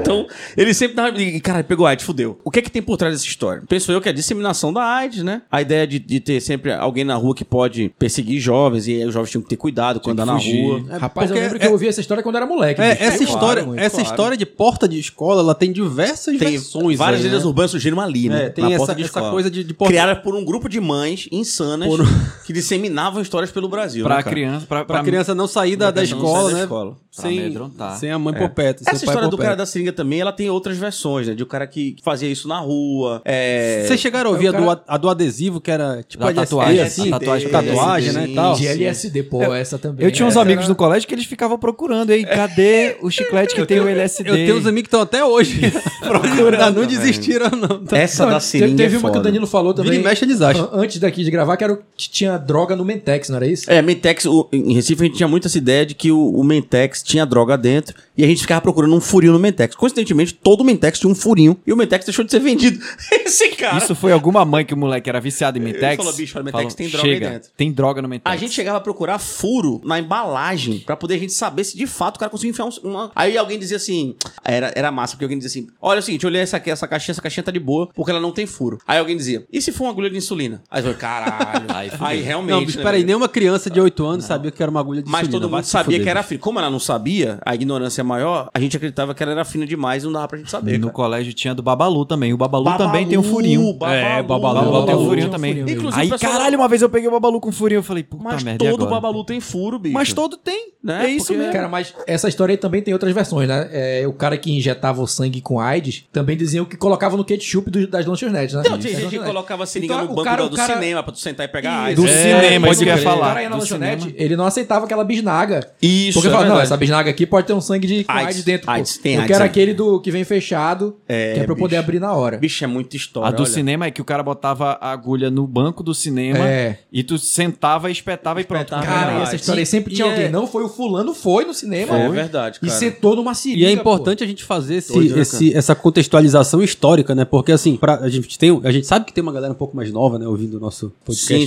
Speaker 1: Então, ele sempre tava. e, Cara, pegou AIDS, fudeu. O que é que tem por trás dessa história? Penso eu que é a disseminação da AIDS, né? A ideia de, de ter sempre alguém na rua que pode perseguir jovens e aí os jovens tinham que ter cuidado quando andar na rua.
Speaker 4: Rapaz,
Speaker 2: porque
Speaker 4: eu lembro
Speaker 2: é-
Speaker 4: que eu ouvi essa história quando era moleque. bicho.
Speaker 2: É, essa
Speaker 4: Claro,
Speaker 2: história,
Speaker 4: muito,
Speaker 2: essa
Speaker 4: claro.
Speaker 2: história de porta de escola, ela tem diversas
Speaker 1: Tem
Speaker 2: versões.
Speaker 1: várias
Speaker 2: aí,
Speaker 1: lendas
Speaker 2: né?
Speaker 1: urbanas surgiram ali, né?
Speaker 2: É, tem
Speaker 1: Na
Speaker 2: essa,
Speaker 1: porta de
Speaker 2: essa
Speaker 1: escola.
Speaker 2: coisa de, de porta
Speaker 1: Criada por um grupo de mães insanas que disseminavam histórias pelo Brasil. né,
Speaker 5: Pra
Speaker 1: cara?
Speaker 5: criança, pra,
Speaker 2: pra
Speaker 5: pra
Speaker 2: criança não sair da, da
Speaker 1: criança não
Speaker 2: escola,
Speaker 1: sair da
Speaker 2: né?
Speaker 1: escola.
Speaker 5: Pra amedrontar.
Speaker 2: Sem, sem a mãe por perto.
Speaker 1: Essa
Speaker 2: sem o pai é
Speaker 1: história do
Speaker 2: por
Speaker 1: cara da
Speaker 2: perto.
Speaker 1: seringa também, ela tem outras versões, né? De um cara que fazia isso na rua. É...
Speaker 2: Vocês chegaram a ouvir
Speaker 4: É,
Speaker 2: a,
Speaker 4: o
Speaker 2: do,
Speaker 4: cara-
Speaker 2: a do adesivo, que era tipo
Speaker 5: Da
Speaker 2: LSD,
Speaker 5: tatuagem,
Speaker 2: assim?
Speaker 5: a
Speaker 1: é,
Speaker 5: tatuagem É.
Speaker 2: com tatuagem, né, e tal.
Speaker 4: De LSD, pô, essa também. é
Speaker 5: Eu tinha uns
Speaker 4: Essa
Speaker 5: amigos
Speaker 4: era-
Speaker 5: no colégio que eles ficavam procurando, ei, cadê o chiclete que tem o LSD?
Speaker 2: Eu tenho uns amigos que estão até hoje procurando. Ainda não desistiram, não. Tá.
Speaker 1: Essa
Speaker 4: Não,
Speaker 1: da
Speaker 4: te-
Speaker 1: seringa
Speaker 4: Teve
Speaker 1: é
Speaker 4: uma que o
Speaker 1: foda.
Speaker 4: Danilo falou também.
Speaker 2: Vira e mexe, eles acham.
Speaker 4: an- Antes daqui de gravar, que era o que tinha droga no Mentex, não era isso?
Speaker 1: É, Mentex, o- em Recife a gente tinha muito essa ideia de que o, o Mentex Mentex tinha droga dentro e a gente ficava procurando um furinho no Mentex. Coincidentemente, todo Mentex tinha um furinho e o Mentex deixou de ser vendido. Esse cara.
Speaker 5: Isso foi alguma mãe que o moleque era viciado em Mentex?
Speaker 1: falou, bicho, olha, Mentex tem droga aí
Speaker 5: chega,
Speaker 1: dentro.
Speaker 5: Tem droga no Mentex.
Speaker 1: A gente chegava a procurar furo na embalagem pra poder a gente saber se de fato o cara conseguiu enfiar um- uma. Aí alguém dizia assim. Era, era massa, porque alguém dizia assim: Olha é o seguinte, eu olhei essa, aqui, essa caixinha, essa caixinha tá de boa, porque ela não tem furo. Aí alguém dizia: E se for uma agulha de insulina? Aí eu falei: Caralho. aí, realmente.
Speaker 2: Não, bicho,
Speaker 1: né,
Speaker 2: peraí,
Speaker 1: velho?
Speaker 2: nenhuma criança de 8 anos sabia que era uma agulha de
Speaker 1: Mas
Speaker 2: insulina,
Speaker 1: todo
Speaker 2: vai
Speaker 1: mundo
Speaker 2: se
Speaker 1: sabia
Speaker 2: fuder,
Speaker 1: que
Speaker 5: né?
Speaker 1: era fina. Como ela não sabia, a ignorância é maior, a gente acreditava que ela era fina demais e não dava pra gente saber.
Speaker 5: No
Speaker 1: cara.
Speaker 5: colégio tinha do Babalu também. O Babalu,
Speaker 1: Babalu,
Speaker 5: também tem um furinho.
Speaker 1: Babalu.
Speaker 5: é, Babalu,
Speaker 1: Babalu
Speaker 5: tem um
Speaker 1: tinha
Speaker 5: furinho
Speaker 1: um
Speaker 5: também.
Speaker 1: furinho. Inclusive,
Speaker 5: Aí,
Speaker 1: o pessoal-
Speaker 5: caralho, uma vez eu peguei o Babalu com furinho. Eu falei, puta
Speaker 1: Mas
Speaker 5: merda, e
Speaker 1: todo
Speaker 5: agora?
Speaker 1: babalu tem furo, bicho.
Speaker 5: Mas todo tem,
Speaker 1: Né?
Speaker 5: É isso
Speaker 1: Porque-
Speaker 5: mesmo.
Speaker 4: Cara, mas essa história aí também tem outras versões, né? É, o cara que injetava o sangue com AIDS também diziam que colocava no ketchup do- das lanchonetes, né?
Speaker 1: Não, Então, tinha
Speaker 4: Das
Speaker 1: gente que
Speaker 4: lanchonetes.
Speaker 1: colocava seringa
Speaker 4: Então,
Speaker 1: no
Speaker 4: o
Speaker 1: banco
Speaker 4: cara-
Speaker 1: do-
Speaker 4: o
Speaker 1: do
Speaker 4: cara-
Speaker 1: cinema pra tu sentar e pegar
Speaker 4: E-
Speaker 1: AIDS.
Speaker 5: Do
Speaker 1: É.
Speaker 5: cinema,
Speaker 4: pode
Speaker 5: isso que eu ia
Speaker 4: crer. O
Speaker 5: falar.
Speaker 4: cara ia na
Speaker 5: Do
Speaker 4: lanchonete,
Speaker 5: cinema.
Speaker 4: ele não aceitava aquela bisnaga.
Speaker 1: Isso,
Speaker 4: Porque
Speaker 1: é
Speaker 4: falava, não,
Speaker 1: verdade.
Speaker 4: essa bisnaga aqui pode ter um sangue de com
Speaker 1: AIDS,
Speaker 4: AIDS dentro. pô.
Speaker 1: AIDS, tem
Speaker 4: eu
Speaker 1: AIDS
Speaker 4: quero
Speaker 1: aí.
Speaker 4: aquele do que vem fechado, que é pra eu poder
Speaker 1: bicho.
Speaker 4: abrir na hora.
Speaker 1: Bicho, é muita história.
Speaker 5: A do
Speaker 1: olha.
Speaker 5: cinema é que o cara botava a agulha no banco do cinema
Speaker 4: É.
Speaker 5: e tu sentava, espetava e pronto.
Speaker 1: Espetava.
Speaker 4: Cara,
Speaker 1: Ah,
Speaker 4: essa história aí sempre
Speaker 1: e-
Speaker 4: tinha
Speaker 1: e
Speaker 4: alguém.
Speaker 1: é-
Speaker 4: Não foi o fulano, foi no cinema.
Speaker 1: É
Speaker 4: foi,
Speaker 1: verdade,
Speaker 4: E
Speaker 1: cara.
Speaker 4: sentou numa
Speaker 2: E
Speaker 4: seringa.
Speaker 2: é
Speaker 4: pô.
Speaker 2: importante a gente fazer esse,
Speaker 1: Doido, né,
Speaker 2: esse- essa contextualização histórica, né? Porque assim, pra, a, gente tem, a gente sabe que tem uma galera um pouco mais nova, né, ouvindo o nosso podcast.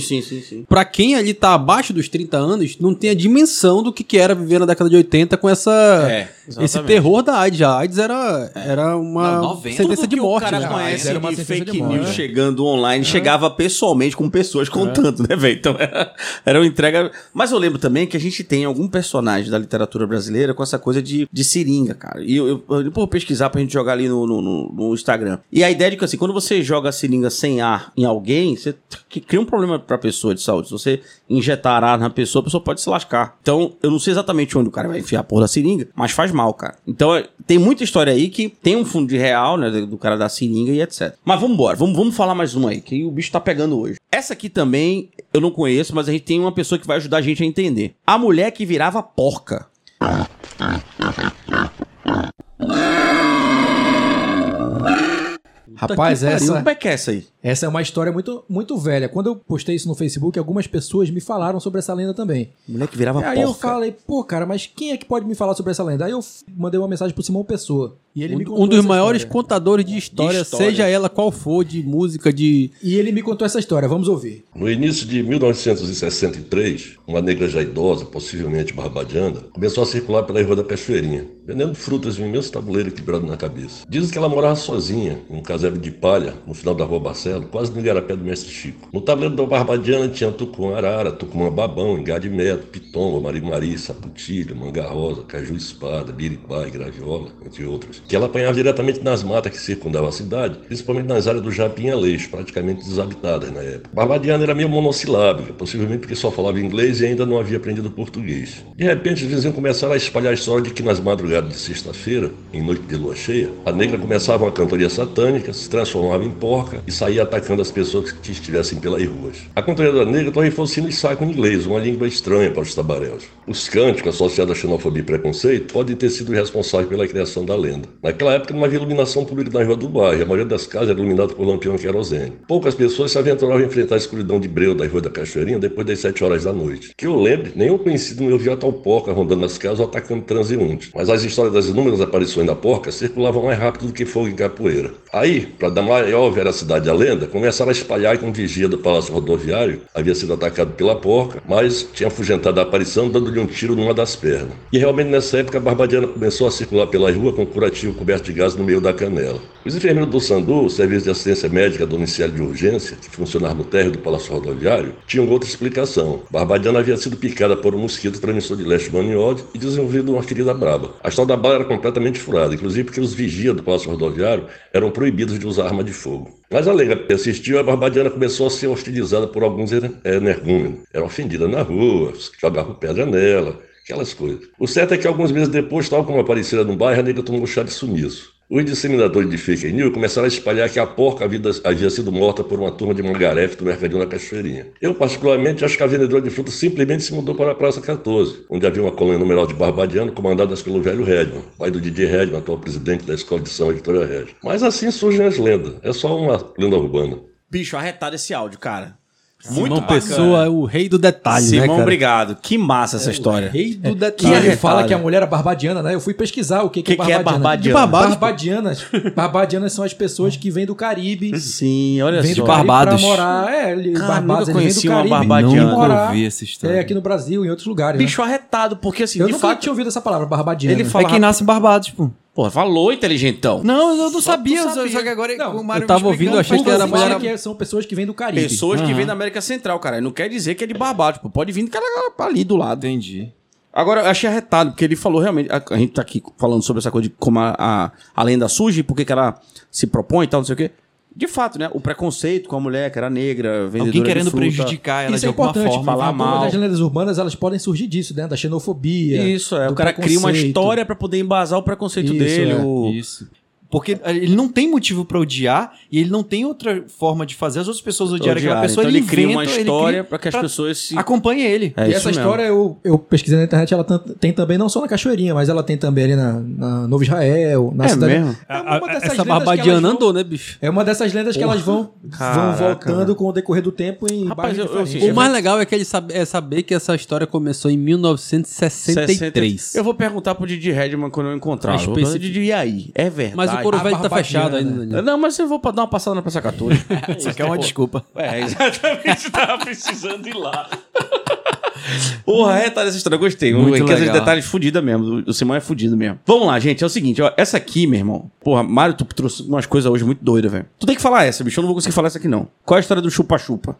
Speaker 1: Sim, sim, sim, sim.
Speaker 2: Pra quem ali tá abaixo dos 30 anos, não tem a dimensão do que, que era viver na década de 80 com
Speaker 5: Ah,
Speaker 2: essa
Speaker 1: É,
Speaker 2: esse
Speaker 1: exatamente.
Speaker 2: terror da AIDS. A AIDS era, era uma
Speaker 5: Não, 90.
Speaker 2: sentença de
Speaker 1: que
Speaker 2: morte,
Speaker 1: o cara
Speaker 2: né? É.
Speaker 1: conhece
Speaker 4: Era uma
Speaker 1: de
Speaker 4: sentença
Speaker 1: fake
Speaker 4: de morte.
Speaker 1: news chegando online, chegava pessoalmente com pessoas contando, né, velho? Então era, era uma entrega. Mas eu lembro também que a gente tem algum personagem da literatura brasileira com essa coisa de, de seringa, cara. E eu, eu, eu vou pesquisar pra gente jogar ali no, no, no- no Instagram. E a ideia é de que, assim, quando você joga a seringa sem ar em alguém, você que cria um problema pra pessoa de saúde. Se você injetar ar na pessoa, a pessoa pode se lascar. Então, eu não sei exatamente onde o cara vai enfiar a porra da seringa, mas faz mal, cara. Então, é- tem muita história aí que tem um fundo de real, né, do cara da seringa e etc. Mas vamos embora, vamos, vamos falar mais uma aí, que o bicho tá pegando hoje. Essa aqui também eu não conheço, mas a gente tem uma pessoa que vai ajudar a gente a entender. A mulher que virava porca.
Speaker 4: Rapaz, essa,
Speaker 1: Como é que é essa aí?
Speaker 4: essa é uma história muito, muito velha. Quando eu postei isso no Facebook, algumas pessoas me falaram sobre essa lenda também.
Speaker 1: Mulher que virava
Speaker 4: aí
Speaker 1: porca.
Speaker 4: eu falei, pô, cara, mas quem é que pode me falar sobre essa lenda? Aí eu f- mandei uma mensagem pro Simão Pessoa. E ele me
Speaker 2: Um,
Speaker 4: contou
Speaker 2: um dos
Speaker 4: essa
Speaker 2: maiores
Speaker 4: história.
Speaker 2: contadores de história,
Speaker 1: De história. Né?
Speaker 2: seja ela qual for, de música, de.
Speaker 4: E ele me contou essa história, vamos ouvir.
Speaker 9: No início de 1963, uma negra já idosa, possivelmente barbadiana, começou a circular pela Rua da Cachoeirinha, vendendo frutas em um imenso tabuleiro equilibrado na cabeça. Dizem que ela morava sozinha, em um casebre de palha, no final da Rua Barcelo, quase no Igarapé do Mestre Chico. No tabuleiro da Barbadiana tinha Tucum Arara, Tucumã Babão, Engá de Medo, Pitomba, Marimari, Saputilha, Manga Rosa, Caju Espada, Biribá e Graviola, entre outras, que ela apanhava diretamente nas matas que circundavam a cidade, principalmente nas áreas do Japim e Aleixo, praticamente desabitadas na época. Barbadiana era meio monossilábica, possivelmente porque só falava inglês e ainda não havia aprendido português. De repente, os vizinhos começaram a espalhar a história de que nas madrugadas de sexta-feira, em noite de lua cheia, a negra começava uma cantoria satânica, se transformava em porca e saía atacando as pessoas que estivessem pelas ruas. A cantoria da negra também foi um sino saco em inglês, uma língua estranha para os tabaréus. Os cânticos associados à xenofobia e preconceito podem ter sido responsáveis pela criação da lenda. Naquela época não havia iluminação pública na rua do bairro, e a maioria das casas era iluminada por lampião e querosene. Poucas pessoas se aventuravam a enfrentar a escuridão de breu da rua da Cachoeirinha depois das 7 horas da noite. Que eu lembre, nenhum conhecido meu via tal porca rondando as casas ou atacando transeuntes. Mas as histórias das inúmeras aparições da porca circulavam mais rápido do que fogo em capoeira. Aí, para dar maior veracidade à lenda, começaram a espalhar que um vigia do Palácio Rodoviário havia sido atacado pela porca, mas tinha afugentado a aparição dando-lhe um tiro numa das pernas. E realmente nessa época a Barbadiana começou a circular pela rua com um curativo coberto de gás no meio da canela. Os enfermeiros do Sandu, o Serviço de Assistência Médica Domiciliar de Urgência, que funcionava no térreo do Palácio Rodoviário, tinham outra explicação. Barbadiana havia sido picada por um mosquito transmissor de leishmaniose e desenvolvido uma ferida braba. A história da bala era completamente furada, inclusive porque os vigias do Palácio Rodoviário eram proibidos de usar arma de fogo. Mas a lenda persistiu e a Barbadiana começou a ser hostilizada por alguns ener- energúmenos. Era ofendida na rua, jogavam pedra nela, aquelas coisas. O certo é que alguns meses depois, tal como aparecera no bairro, a negra tomou chá de sumiço. Os disseminadores de fake news começaram a espalhar que a porca havia, havia sido morta por uma turma de mangarefe do Mercadinho da Cachoeirinha. Eu, particularmente, acho que a vendedora de frutas simplesmente se mudou para a Praça 14, onde havia uma colônia numeral de barbadiano comandadas pelo velho Redman, pai do Didi Redman, atual presidente da Escola de São Vitória Redman. Mas assim surgem as lendas. É só uma lenda urbana.
Speaker 1: Bicho, arretado esse áudio, cara. Muito
Speaker 2: Simão
Speaker 1: bacana.
Speaker 2: Pessoa é o rei do detalhe, né,
Speaker 1: Simão,
Speaker 2: cara?
Speaker 1: obrigado. Que massa essa história.
Speaker 5: é,
Speaker 2: Rei do
Speaker 4: Que
Speaker 2: detalhe.
Speaker 4: ele
Speaker 1: detalhe.
Speaker 4: fala que a mulher é barbadiana, né? Eu fui pesquisar o que,
Speaker 1: Tá Que que é
Speaker 2: De
Speaker 1: barbadiana?
Speaker 2: babado, pô.
Speaker 4: Barbadianas. Barbadianas são as pessoas que vêm do Caribe.
Speaker 1: Sim, olha
Speaker 4: Vêm do
Speaker 1: só.
Speaker 4: Caribe
Speaker 5: Barbados.
Speaker 4: pra morar. É, ele,
Speaker 1: Cara,
Speaker 4: Barbados,
Speaker 1: nunca
Speaker 4: eles
Speaker 1: conheci
Speaker 4: vêm do
Speaker 1: uma
Speaker 4: Caribe.
Speaker 1: barbadiana.
Speaker 4: e
Speaker 5: Nunca
Speaker 4: morar,
Speaker 5: ouvi essa história.
Speaker 4: É, aqui no Brasil e em outros lugares. né?
Speaker 1: Bicho arretado, porque assim,
Speaker 4: Eu
Speaker 1: de
Speaker 4: nunca
Speaker 1: fato.
Speaker 4: tinha ouvido essa palavra, barbadiana.
Speaker 1: Ele
Speaker 5: É
Speaker 1: fala-
Speaker 5: quem nasce em Barbados, pô.
Speaker 1: Pô, falou, inteligentão.
Speaker 5: Não, eu não sabia,
Speaker 1: tu sabia.
Speaker 5: só que agora
Speaker 4: Não,
Speaker 5: o Mário
Speaker 2: eu tava
Speaker 5: me explicando,
Speaker 2: ouvindo, eu achei
Speaker 5: faz
Speaker 2: que era
Speaker 5: todo
Speaker 4: Mas
Speaker 2: mulher-
Speaker 5: sentido.
Speaker 4: é que são pessoas que vêm do Caribe.
Speaker 1: Pessoas que
Speaker 5: Aham.
Speaker 1: vêm da América Central, cara. Não quer dizer que é de Barbados, pô. Pode vir do cara ali do lado.
Speaker 5: Entendi.
Speaker 1: Agora, eu achei arretado, porque ele falou realmente. A, a gente tá aqui falando sobre essa coisa de como a, a, a lenda surge, por que que ela se propõe e tal, não sei o quê. De fato, né? O preconceito com a mulher que era negra, vendedora
Speaker 5: Alguém
Speaker 1: de
Speaker 5: querendo
Speaker 1: fruta.
Speaker 5: prejudicar ela
Speaker 4: Isso
Speaker 5: de
Speaker 4: é
Speaker 5: alguma
Speaker 4: importante,
Speaker 5: forma.
Speaker 1: falar
Speaker 4: falar mal.
Speaker 1: mal.
Speaker 4: das lendas urbanas, elas podem surgir disso, né? Da xenofobia.
Speaker 1: Isso, é.
Speaker 4: do
Speaker 1: O cara cria uma
Speaker 4: preconceito.
Speaker 1: história pra poder embasar o preconceito
Speaker 4: Isso,
Speaker 1: dele.
Speaker 4: é.
Speaker 1: o-
Speaker 5: Isso. Porque ah, ele não tem motivo pra odiar e ele não tem outra forma de fazer as outras pessoas odiarem aquela
Speaker 1: odiarem.
Speaker 5: pessoa.
Speaker 1: Então
Speaker 5: ele,
Speaker 1: ele, cria uma
Speaker 5: inventa, ele
Speaker 1: história
Speaker 5: cria-
Speaker 1: pra que as
Speaker 5: pra-
Speaker 1: pessoas se.
Speaker 5: acompanhe ele.
Speaker 1: É
Speaker 4: e
Speaker 1: isso
Speaker 4: essa
Speaker 1: mesmo.
Speaker 4: história eu, eu pesquisei na internet, ela tan- tem também não só na Cachoeirinha, mas ela tem também ali na, na Novo Israel, na
Speaker 1: É
Speaker 4: cidade.
Speaker 1: mesmo?
Speaker 4: É
Speaker 2: A- a-
Speaker 4: dessas
Speaker 2: Essa
Speaker 4: lendas que elas
Speaker 2: barbadiana
Speaker 4: vão-
Speaker 2: andou, né, bicho?
Speaker 4: É uma dessas lendas que elas vão, vão
Speaker 1: Caraca,
Speaker 4: voltando
Speaker 1: mano.
Speaker 4: com o decorrer do tempo em
Speaker 1: Rapaz,
Speaker 4: bairros
Speaker 1: eu- eu-
Speaker 4: diferentes. né?
Speaker 1: sim,
Speaker 2: O mais legal é que ele sabe, é saber que essa história começou em 1963.
Speaker 1: Eu vou perguntar pro Didi Redman quando eu encontrar.
Speaker 2: Mas
Speaker 1: Eu vou falar,
Speaker 2: especi-
Speaker 1: Didi, e aí? É verdade.
Speaker 2: Mas o couro
Speaker 4: a
Speaker 2: velho tá
Speaker 4: barbadiana,
Speaker 2: fechado ainda,
Speaker 4: né?
Speaker 2: Daniel.
Speaker 1: Não, mas eu vou pra dar uma passada na Praça 14.
Speaker 5: Isso aqui é uma desculpa.
Speaker 1: É, exatamente, tava precisando ir lá. Porra, é, tá nessa história, gostei.
Speaker 5: Muito
Speaker 1: Muito esses
Speaker 5: legal.
Speaker 1: detalhes fudida mesmo. O Simão é fudido mesmo. Vamos lá, gente. É o seguinte, ó. Essa aqui, meu irmão. Porra, Mário, tu trouxe umas coisas hoje muito doidas, velho. Tu tem que falar essa, bicho. Eu não vou conseguir falar essa aqui, não. Qual é a história do chupa-chupa?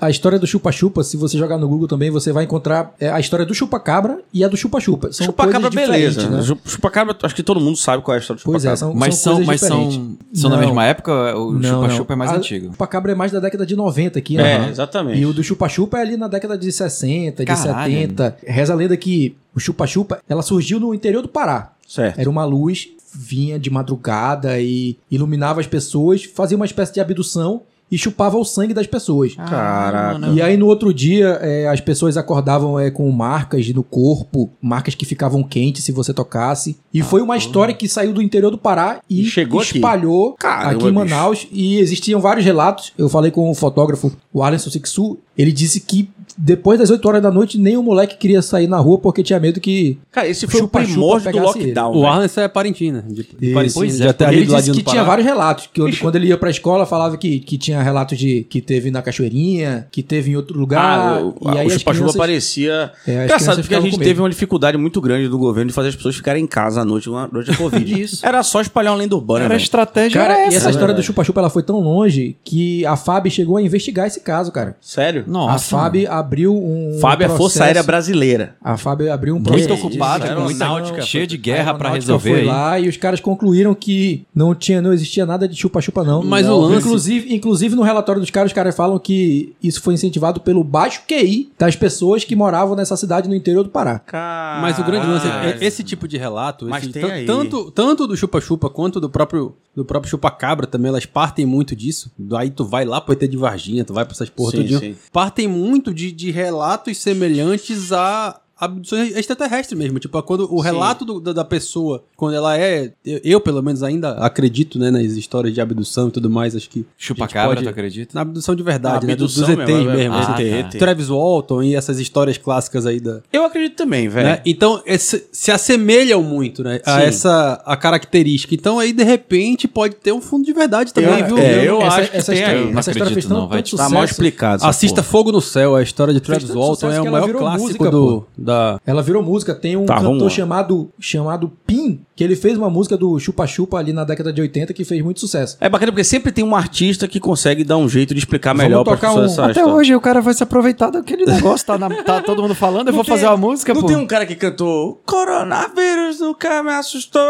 Speaker 4: A história do chupa-chupa, se você jogar no Google também, você vai encontrar é, a história do chupa-cabra e a do chupa-chupa. São
Speaker 1: Chupa-cabra,
Speaker 4: coisas
Speaker 1: beleza.
Speaker 4: diferentes, Né?
Speaker 1: Chu- Chupa-cabra, acho que todo mundo sabe qual é a história do
Speaker 4: Pois é,
Speaker 1: chupa-cabra.
Speaker 4: são,
Speaker 5: Mas são,
Speaker 4: coisas
Speaker 5: mas são,
Speaker 4: diferentes.
Speaker 5: são da
Speaker 4: Não.
Speaker 5: mesma época? O
Speaker 4: Não, não.
Speaker 5: chupa-chupa é mais
Speaker 4: A- O
Speaker 5: antigo.
Speaker 4: chupa-cabra é mais da década de 90 aqui,
Speaker 1: É,
Speaker 4: né?
Speaker 1: exatamente.
Speaker 4: E o do chupa-chupa é ali na década de 60,
Speaker 5: Caralho.
Speaker 4: de 70. Reza a lenda que o chupa-chupa, ela surgiu no interior do Pará.
Speaker 1: Certo.
Speaker 4: Era uma luz, vinha de madrugada e iluminava as pessoas, fazia uma espécie de abdução e chupava o sangue das pessoas.
Speaker 5: Ah,
Speaker 1: Caraca.
Speaker 4: E aí no outro dia é, as pessoas acordavam é, com marcas no corpo, marcas que ficavam quentes se você tocasse. E
Speaker 5: Ah,
Speaker 4: foi uma história que saiu do interior do Pará e,
Speaker 1: E chegou aqui.
Speaker 4: espalhou aqui,
Speaker 1: Caramba, bicho.
Speaker 4: em Manaus. E existiam vários relatos. Eu falei com o fotógrafo, o Alisson Sixu. Ele disse que depois das 8 horas da noite, nenhum moleque queria sair na rua porque tinha medo que.
Speaker 1: Cara, esse foi
Speaker 4: Chupa-chupa
Speaker 1: o primórdio do
Speaker 4: pegasse ele.
Speaker 1: lockdown.
Speaker 2: O
Speaker 1: velho.
Speaker 2: Arlen é Parentina. De, de
Speaker 4: Isso.
Speaker 2: Parentina,
Speaker 5: Pois
Speaker 2: de
Speaker 5: é,
Speaker 2: até ali
Speaker 4: ele
Speaker 2: do ladinho
Speaker 4: disse
Speaker 2: do
Speaker 4: que tinha
Speaker 2: Pará.
Speaker 4: vários relatos. Que ele- quando ele ia pra escola, falava que, que tinha relatos de que teve na Cachoeirinha, que teve em outro lugar.
Speaker 1: Ah, o,
Speaker 4: e
Speaker 1: o
Speaker 4: aí as
Speaker 1: chupa-chupa
Speaker 4: crianças-
Speaker 1: parecia.
Speaker 4: É, as
Speaker 1: Engraçado,
Speaker 4: crianças
Speaker 1: porque a
Speaker 4: ficavam
Speaker 1: gente
Speaker 4: com medo.
Speaker 1: teve um- uma dificuldade muito grande do governo de fazer as pessoas ficarem em casa à noite, uma noite da Covid.
Speaker 5: Isso.
Speaker 1: Era só espalhar uma lenda
Speaker 2: né,
Speaker 1: urbana.
Speaker 5: Era a
Speaker 1: velho.
Speaker 5: estratégia
Speaker 4: Cara,
Speaker 5: era
Speaker 4: e
Speaker 5: essa.
Speaker 4: essa história
Speaker 1: verdade.
Speaker 4: do chupa-chupa ela foi tão longe que a FAB chegou a investigar esse caso, cara.
Speaker 1: Sério?
Speaker 5: Nossa,
Speaker 4: a FAB abriu um.
Speaker 1: Fábio é a
Speaker 4: processo-
Speaker 1: Força Aérea Brasileira.
Speaker 4: A FAB abriu um
Speaker 5: muito
Speaker 1: Que
Speaker 4: processo.
Speaker 5: ocupada,
Speaker 1: isso,
Speaker 5: com muita-
Speaker 1: aeronáutica,
Speaker 5: cheia de
Speaker 4: A
Speaker 5: guerra pra
Speaker 4: aeronáutica
Speaker 5: resolver
Speaker 4: foi
Speaker 5: aí.
Speaker 4: lá e os caras concluíram que não tinha, não existia nada de chupa-chupa não.
Speaker 2: Mas
Speaker 4: Não.
Speaker 2: o lance-
Speaker 4: inclusive, inclusive no relatório dos caras, os caras falam que isso foi incentivado pelo baixo QI das pessoas que moravam nessa cidade no interior do Pará.
Speaker 1: Cara.
Speaker 2: Mas o grande lance é esse tipo de relato,
Speaker 1: Mas
Speaker 2: esse-
Speaker 1: tem
Speaker 2: tan-
Speaker 1: aí.
Speaker 2: tanto tanto do chupa-chupa quanto do próprio do próprio chupa-cabra também, elas partem muito disso. Aí tu vai lá pro ET de Varginha, tu vai pra essas porra
Speaker 1: Sim,
Speaker 2: tudinho.
Speaker 1: sim.
Speaker 2: Partem muito de, de relatos semelhantes a abduções extraterrestres mesmo, tipo, quando o
Speaker 1: Sim.
Speaker 2: relato do- da, da pessoa, quando ela é, eu, eu, pelo menos ainda acredito, né, nas histórias de abdução e tudo mais, acho que
Speaker 5: Chupa-cabra,
Speaker 2: pode-
Speaker 5: tu acredita?
Speaker 2: na abdução de verdade, né, dos, dos
Speaker 1: Abdução
Speaker 2: ETs mesmo,
Speaker 1: é-
Speaker 2: assim.
Speaker 5: Ah,
Speaker 1: ET,
Speaker 5: tá.
Speaker 1: ET.
Speaker 2: Travis Walton e essas histórias clássicas aí da,
Speaker 1: Eu acredito também, velho.
Speaker 2: né? Então, esse- se assemelham muito, né? A
Speaker 1: Sim.
Speaker 2: essa a característica. Então, aí, de repente, pode ter um fundo de verdade também,
Speaker 1: Eu-
Speaker 2: viu?
Speaker 1: é, eu acho que tem
Speaker 4: história,
Speaker 1: aí.
Speaker 5: Não
Speaker 4: essa história
Speaker 5: acredito
Speaker 4: fez tão-
Speaker 5: não, vai
Speaker 4: tanto
Speaker 5: te
Speaker 1: Tá mal
Speaker 4: sucesso.
Speaker 1: explicado. essa
Speaker 2: Assista
Speaker 1: porra.
Speaker 2: Fogo no Céu, a história de Travis
Speaker 4: tanto
Speaker 2: Walton
Speaker 4: sucesso
Speaker 2: é
Speaker 4: que
Speaker 2: o
Speaker 4: ela
Speaker 2: maior
Speaker 4: virou
Speaker 2: clássico
Speaker 4: música,
Speaker 2: do, da...
Speaker 4: Ela virou música. Tem um
Speaker 1: Tá, vamos lá.
Speaker 4: cantor chamado, chamado Pim, que ele fez uma música do chupa-chupa ali na década de 80 que fez muito sucesso.
Speaker 1: É bacana porque sempre tem um artista que consegue dar um jeito de explicar
Speaker 4: Vamos
Speaker 1: melhor pra
Speaker 4: tocar
Speaker 1: pessoa
Speaker 4: um-
Speaker 1: essa
Speaker 5: Até
Speaker 1: história.
Speaker 5: hoje o cara vai se aproveitar daquele negócio, tá, na- tá todo mundo falando, eu
Speaker 1: Não
Speaker 5: vou
Speaker 1: tem-
Speaker 5: fazer uma música,
Speaker 1: Não
Speaker 5: pô.
Speaker 1: tem um cara que cantou Coronavírus nunca me assustou.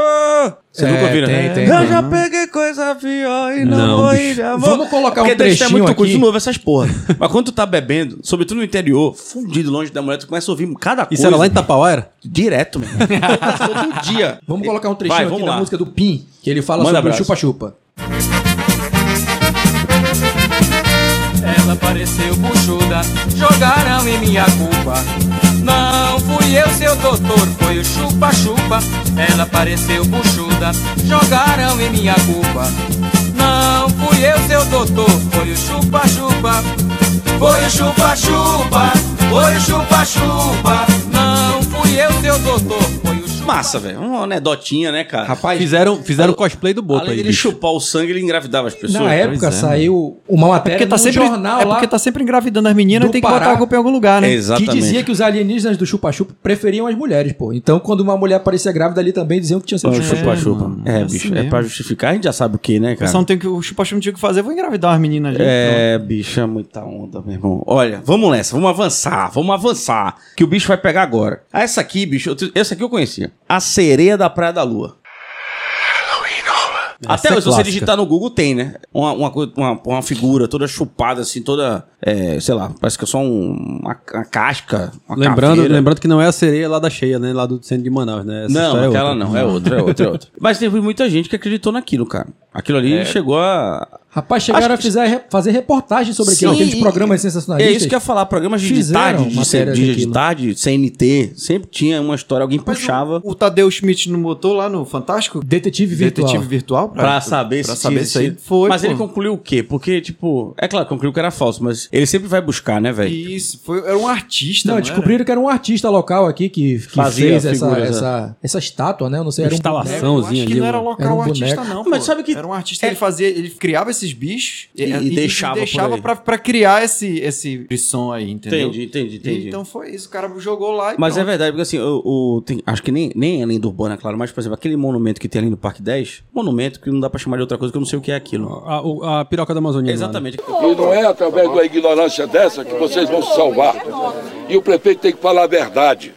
Speaker 1: Você
Speaker 4: É,
Speaker 1: nunca ouviu, né?
Speaker 4: tem, tem,
Speaker 1: Eu
Speaker 4: tem.
Speaker 1: já peguei coisa pior e não,
Speaker 2: Não,
Speaker 1: morri
Speaker 2: bicho.
Speaker 1: de amor.
Speaker 4: Vamos colocar
Speaker 1: Porque
Speaker 4: um
Speaker 1: deve ter
Speaker 4: trechinho
Speaker 1: é muito
Speaker 4: aqui.
Speaker 1: curso novo essas porra. Mas quando tu tá bebendo, sobretudo no interior, fundido longe da mulher, tu começa a ouvir cada coisa.
Speaker 2: Isso era lá em Tapauera?
Speaker 1: Direto, meu. irmão. Todo dia.
Speaker 4: Vamos colocar um trechinho
Speaker 1: Vai,
Speaker 4: aqui
Speaker 1: vamos
Speaker 4: da
Speaker 1: lá.
Speaker 4: música do Pim, que ele fala
Speaker 1: Manda
Speaker 4: sobre
Speaker 1: abraço.
Speaker 4: o chupa-chupa.
Speaker 3: Ela pareceu buchuda, jogaram em minha culpa. Não fui eu, seu doutor, foi o chupa-chupa. Ela pareceu buchuda, jogaram em minha culpa. Não fui eu, seu doutor, foi o chupa-chupa. Foi o chupa-chupa, foi o chupa-chupa. Não fui eu, seu doutor, foi o chupa
Speaker 1: Massa, velho. Uma anedotinha, né, cara?
Speaker 2: Rapaz, fizeram, fizeram cosplay do Boto
Speaker 1: Além
Speaker 2: aí.
Speaker 1: dele
Speaker 2: bicho.
Speaker 1: chupar o sangue, ele engravidava as pessoas.
Speaker 4: Na época
Speaker 2: é.
Speaker 1: é.
Speaker 4: saiu uma matéria
Speaker 5: Porque tá
Speaker 4: no
Speaker 5: sempre,
Speaker 4: jornal
Speaker 5: é
Speaker 4: lá
Speaker 5: porque tá sempre engravidando as meninas
Speaker 4: do
Speaker 5: e tem que
Speaker 4: Pará.
Speaker 5: botar a culpa em algum lugar, né?
Speaker 4: que
Speaker 1: Exatamente.
Speaker 4: dizia que os alienígenas do chupa-chupa preferiam as mulheres, pô. Então, quando uma mulher aparecia grávida ali também, diziam que tinha sido
Speaker 1: Então,
Speaker 4: chupa-chupa.
Speaker 1: chupa-chupa.
Speaker 5: mano,
Speaker 1: É,
Speaker 5: é assim
Speaker 1: bicho. é
Speaker 5: mesmo.
Speaker 1: pra justificar, a gente já sabe o que, né,
Speaker 5: O
Speaker 1: cara?
Speaker 5: não tem que, o chupa-chupa não tinha o que fazer, eu vou engravidar umas meninas ali.
Speaker 1: É, bicho, é muita onda, meu irmão. Olha, vamos nessa, vamos avançar, vamos avançar. Que o bicho vai pegar agora. Ah, essa aqui, bicho, eu te- essa aqui eu conhecia. A sereia da Praia da Lua. Até
Speaker 2: Essa é
Speaker 1: hoje, se você
Speaker 2: clássica.
Speaker 1: digitar no Google, tem, né? Uma, uma, co- uma, uma figura toda chupada, assim, toda. é, sei lá, parece que é só um- uma, uma casca. Uma
Speaker 2: Lembrando,
Speaker 1: caveira.
Speaker 2: lembrando que não é a sereia lá da cheia, né? Lá do centro de Manaus, né? Essa
Speaker 1: Não,
Speaker 2: história é
Speaker 1: aquela
Speaker 2: outra.
Speaker 1: não, é outra, é outra, é outra. Mas teve muita gente que acreditou naquilo, cara. Aquilo ali chegou a.
Speaker 4: Rapaz, chegaram
Speaker 1: Acho que-
Speaker 4: a fizer- fazer reportagem sobre aquilo,
Speaker 1: Sim,
Speaker 4: aqueles
Speaker 1: e-
Speaker 4: programas
Speaker 1: É
Speaker 4: sensacionalistas.
Speaker 1: isso que eu ia falar, programas de
Speaker 4: Fizeram
Speaker 1: tarde, de,
Speaker 4: matéria
Speaker 1: de- de
Speaker 4: daquilo.
Speaker 1: tarde, CNT, sempre tinha uma história, alguém
Speaker 5: Mas o-
Speaker 1: puxava
Speaker 5: O, Tadeu Schmidt não botou lá no Fantástico?
Speaker 4: Detetive virtual.
Speaker 5: Detetive virtual?
Speaker 1: pra saber
Speaker 5: pra
Speaker 1: se
Speaker 5: saber
Speaker 1: tinha
Speaker 5: isso aí.
Speaker 1: sido.
Speaker 5: Foi,
Speaker 1: Mas
Speaker 5: pô.
Speaker 1: ele concluiu o quê? Porque, tipo, é claro, concluiu que era falso, mas ele sempre vai buscar, né, velho?
Speaker 5: Isso, foi, era um artista,
Speaker 4: Não,
Speaker 5: não,
Speaker 4: descobriram que era um artista local aqui que, que
Speaker 1: né? Fazia
Speaker 4: fez essa,
Speaker 1: figuras, né?
Speaker 4: essa, essa estátua, né? Eu não sei, era um
Speaker 2: Instalação.
Speaker 5: era? É, Eu
Speaker 4: boneco.
Speaker 5: acho
Speaker 2: Sãozinho
Speaker 5: que
Speaker 2: ali,
Speaker 5: não era
Speaker 2: mano.
Speaker 5: local
Speaker 4: Era um
Speaker 5: artista,
Speaker 4: boneco.
Speaker 5: não.
Speaker 1: Mas
Speaker 5: pô.
Speaker 1: sabe que-
Speaker 5: Era um artista,
Speaker 1: é-
Speaker 5: ele fazia, ele criava esses bichos
Speaker 1: E- e deixava por
Speaker 5: deixava
Speaker 1: aí.
Speaker 5: pra, pra criar esse, esse som aí, entendeu?
Speaker 1: Entendi, entendi, entendi.
Speaker 5: Então foi isso, o cara jogou lá e
Speaker 1: Mas é
Speaker 5: pronto.
Speaker 1: verdade, porque assim, o, o- tem- acho que nem, nem é lenda urbana, claro, mas, por exemplo, aquele monumento que tem ali no Parque 10, monumento que não dá pra chamar de outra coisa, que eu não sei o que é aquilo.
Speaker 2: A, o- a piroca da Amazônia. lá, né?
Speaker 1: Exatamente.
Speaker 10: E não é através da ignorância dessa que vocês vão se salvar. E o prefeito tem que falar a verdade.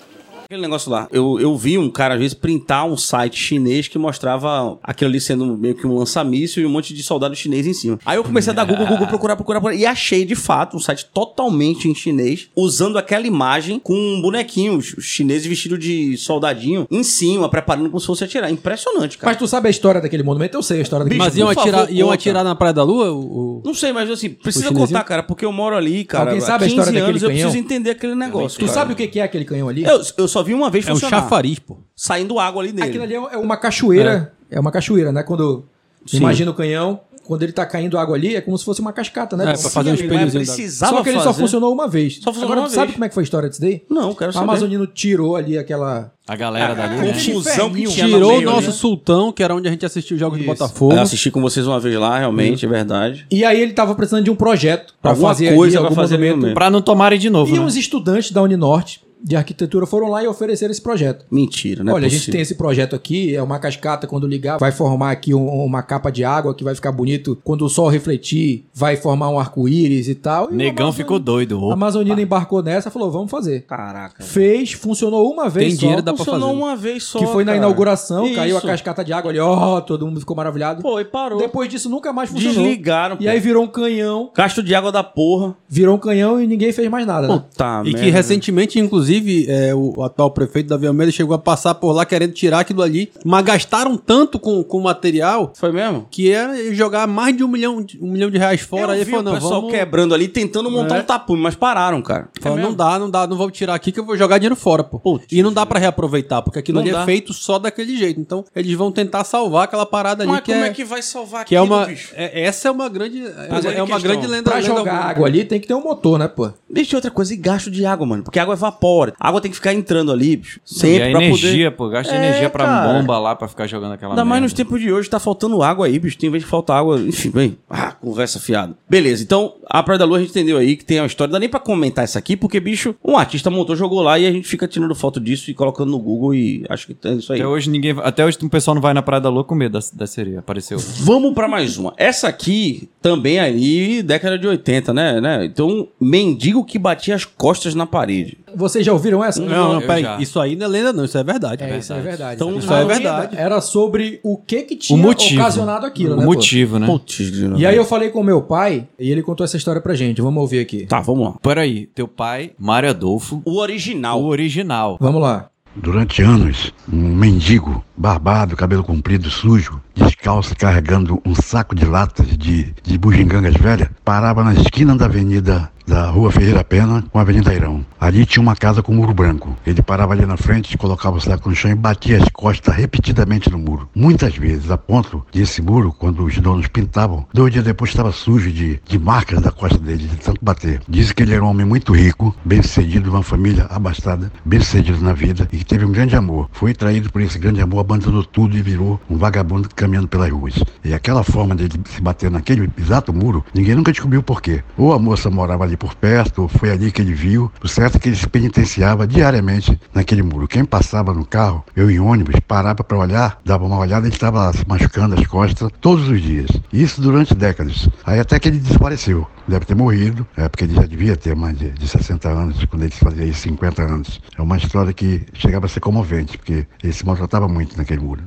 Speaker 1: Aquele negócio lá, eu, eu vi um cara às vezes printar um site chinês que mostrava aquilo ali sendo meio que um lançamício e um monte de soldado chinês em cima. Aí eu comecei a dar Google, Google, procurar, procurar, procurar, e achei de fato um site totalmente em chinês, usando aquela imagem com um bonequinho, os os chineses vestidos de soldadinho, em cima, preparando como se fosse atirar. Impressionante, cara.
Speaker 4: Mas tu sabe a história daquele monumento? Eu sei a história daquele
Speaker 2: Mas
Speaker 1: Bicho,
Speaker 2: iam
Speaker 1: por favor,
Speaker 2: atirar, iam
Speaker 1: conta.
Speaker 2: atirar na Praia da Lua? O, o-
Speaker 1: Não sei, mas assim, precisa
Speaker 2: O chinesinho?
Speaker 1: contar, cara, porque eu moro ali, cara.
Speaker 4: Alguém sabe
Speaker 1: há
Speaker 4: a
Speaker 1: 15
Speaker 4: história daquele
Speaker 1: anos eu
Speaker 4: canhão?
Speaker 1: preciso entender aquele negócio.
Speaker 4: Tu
Speaker 1: cara.
Speaker 4: sabe o que que é aquele canhão ali?
Speaker 1: Eu, eu só vi uma vez
Speaker 2: É um
Speaker 1: funcionar.
Speaker 2: chafariz, pô.
Speaker 1: Saindo água ali nele.
Speaker 4: Aquilo ali é é uma cachoeira. É, uma cachoeira, né? Quando
Speaker 1: Sim.
Speaker 4: imagina o canhão, quando ele tá caindo água ali, é como se fosse uma cascata, né?
Speaker 2: É, pra fazer
Speaker 1: Mas
Speaker 2: uns espelhozinho da-
Speaker 1: precisava
Speaker 4: Só que ele só
Speaker 1: fazer.
Speaker 4: funcionou uma vez.
Speaker 1: Só funcionou
Speaker 4: Agora,
Speaker 1: uma
Speaker 4: tu sabe
Speaker 1: vez.
Speaker 4: como é que foi a história disso daí?
Speaker 1: Não, quero
Speaker 4: O
Speaker 1: saber.
Speaker 4: amazonino tirou ali aquela...
Speaker 5: A galera da dali, né?
Speaker 1: confusão que tinha no
Speaker 2: É, Tirou o
Speaker 1: meio,
Speaker 2: nosso
Speaker 1: né?
Speaker 2: sultão, que era onde a gente assistiu os jogos do Botafogo.
Speaker 1: Eu assisti com vocês uma vez lá, realmente,
Speaker 2: Hum.
Speaker 1: é verdade.
Speaker 4: E aí ele tava precisando de um projeto pra
Speaker 1: Alguma
Speaker 4: fazer
Speaker 1: coisa
Speaker 4: ali,
Speaker 1: pra
Speaker 4: algum
Speaker 1: fazer ali no
Speaker 4: monumento.
Speaker 1: meio.
Speaker 5: Pra não tomarem de novo,
Speaker 4: E
Speaker 5: né?
Speaker 2: um
Speaker 4: uns estudantes da Uninorte de arquitetura foram lá e ofereceram esse projeto.
Speaker 1: Mentira, né?
Speaker 4: Olha, a gente tem esse projeto aqui, é uma cascata quando ligar, vai formar aqui um- uma capa de água que vai ficar bonito. Quando o sol refletir, vai formar um arco-íris e tal. E o
Speaker 5: Negão
Speaker 4: Amazonas-
Speaker 5: ficou doido.
Speaker 4: A
Speaker 5: ô.
Speaker 4: Amazonina embarcou nessa, falou, vamos fazer.
Speaker 1: Caraca.
Speaker 4: Fez, funcionou uma vez
Speaker 2: É. Tem
Speaker 4: só.
Speaker 2: dinheiro, dá pra fazer.
Speaker 1: Funcionou uma vez só.
Speaker 4: Que foi na
Speaker 1: cara.
Speaker 4: inauguração, caiu a
Speaker 1: Isso.
Speaker 4: cascata de água ali, ó, todo mundo ficou maravilhado.
Speaker 1: Pô, e parou.
Speaker 4: Depois disso nunca mais funcionou.
Speaker 1: Desligaram.
Speaker 4: E aí virou um canhão,
Speaker 1: gasto de água da porra.
Speaker 4: virou um canhão e ninguém fez mais nada. né?
Speaker 1: Puta
Speaker 2: E
Speaker 1: merda,
Speaker 2: que recentemente, inclusive, é, o atual prefeito Davi Almeida chegou a passar por lá querendo tirar aquilo ali, mas gastaram tanto com com o material
Speaker 1: Foi mesmo?
Speaker 2: que era jogar mais de um milhão, de- um milhão de reais fora. aí
Speaker 1: eu
Speaker 2: ele
Speaker 1: vi
Speaker 2: falou,
Speaker 1: o
Speaker 2: não,
Speaker 1: pessoal
Speaker 2: vamos...
Speaker 1: quebrando ali, tentando montar
Speaker 2: É.
Speaker 1: um tapume, mas pararam, cara. É
Speaker 2: Falou, não dá, não dá, não vou tirar aqui que eu vou jogar dinheiro fora, pô.
Speaker 1: Putz,
Speaker 2: e não dá pra reaproveitar, porque aquilo
Speaker 1: Não
Speaker 2: ali
Speaker 1: dá.
Speaker 2: é feito só daquele jeito. Então, eles vão tentar salvar aquela parada ali
Speaker 1: Mas
Speaker 2: que
Speaker 1: como
Speaker 2: é,
Speaker 1: é que vai salvar
Speaker 2: que é
Speaker 1: aquilo,
Speaker 2: uma
Speaker 1: bicho?
Speaker 2: é- essa é uma grande é,
Speaker 1: Mas
Speaker 2: é
Speaker 1: olha a
Speaker 2: uma
Speaker 1: questão.
Speaker 2: grande lenda
Speaker 4: Pra
Speaker 2: lenda
Speaker 4: jogar
Speaker 2: urbana.
Speaker 4: água ali tem que ter um motor, né, pô?
Speaker 1: Bicho, outra coisa, e gasto de água, mano. Porque a água evapora. A água tem que ficar entrando ali, bicho.
Speaker 5: E
Speaker 1: Sempre
Speaker 5: a
Speaker 1: pra
Speaker 5: energia,
Speaker 1: poder...
Speaker 5: pô, gasta
Speaker 1: É,
Speaker 5: energia pra
Speaker 1: cara.
Speaker 5: bomba lá pra ficar jogando aquela
Speaker 1: Ainda mais nos
Speaker 5: merda.
Speaker 1: tempos de hoje, tá faltando água aí, bicho. Tem vez que falta água. Enfim, bem. Ah, conversa fiada. Beleza, então, a Praia da Lua a gente entendeu aí que tem uma história. Não dá nem pra comentar isso aqui, porque, bicho, um artista montou, jogou lá e a gente fica tirando foto disso e colocando no Google e acho que é isso aí.
Speaker 5: Até hoje ninguém, até hoje o pessoal não vai na Praia da Lua com medo da, da sereia, apareceu.
Speaker 1: Vamos pra mais uma. Essa aqui também é ali, década de 80, né? né? Então, mendigo que batia as costas na parede.
Speaker 4: Vocês já ouviram essa?
Speaker 2: Não, não,
Speaker 5: Eu
Speaker 2: peraí,
Speaker 5: já.
Speaker 2: isso aí não é lenda não, isso é verdade.
Speaker 4: É, isso é verdade.
Speaker 2: Então,
Speaker 4: isso
Speaker 2: isso
Speaker 4: é
Speaker 2: é
Speaker 4: verdade.
Speaker 2: verdade.
Speaker 4: Era sobre o que que tinha
Speaker 5: motivo.
Speaker 4: ocasionado aquilo,
Speaker 5: o
Speaker 4: né? pô?
Speaker 5: motivo, né?
Speaker 1: Putz, grila.
Speaker 4: E aí eu falei com o meu pai e ele contou essa história pra gente. Vamos ouvir aqui.
Speaker 1: Tá, vamos lá.
Speaker 5: Peraí, teu pai, Mário Adolfo,
Speaker 1: O
Speaker 5: o
Speaker 1: original.
Speaker 5: original.
Speaker 4: Vamos lá.
Speaker 10: Durante anos, um mendigo, barbado, cabelo comprido, sujo, descalço, carregando um saco de latas de, de bugigangas velha, parava na esquina da avenida
Speaker 11: da Rua Ferreira Pena com a Avenida Irão. Ali tinha uma casa com muro branco. Ele parava ali na frente, colocava o saco no chão e batia as costas repetidamente no muro. Muitas vezes, a ponto de esse muro, quando os donos pintavam, dois dias depois estava sujo de, de marcas da costa dele, de tanto bater. Dizem que ele era um homem muito rico, bem sucedido, uma família abastada, bem sucedido na vida e que teve um grande amor. Foi traído por esse grande amor, abandonou tudo e virou um vagabundo caminhando pelas ruas. E aquela forma dele se bater naquele exato muro, ninguém nunca descobriu o porquê. Ou a moça morava ali por perto, ou foi ali que ele viu. O certo é que ele se penitenciava diariamente naquele muro. Quem passava no carro, eu em ônibus, parava para olhar, dava uma olhada, ele estava se machucando as costas todos os dias. Isso durante décadas. Aí até que ele desapareceu. Deve ter morrido, é porque ele já devia ter mais de, de 60 anos, quando ele fazia isso, 50 anos. É uma história que chegava a ser comovente, porque ele se maltratava muito naquele muro.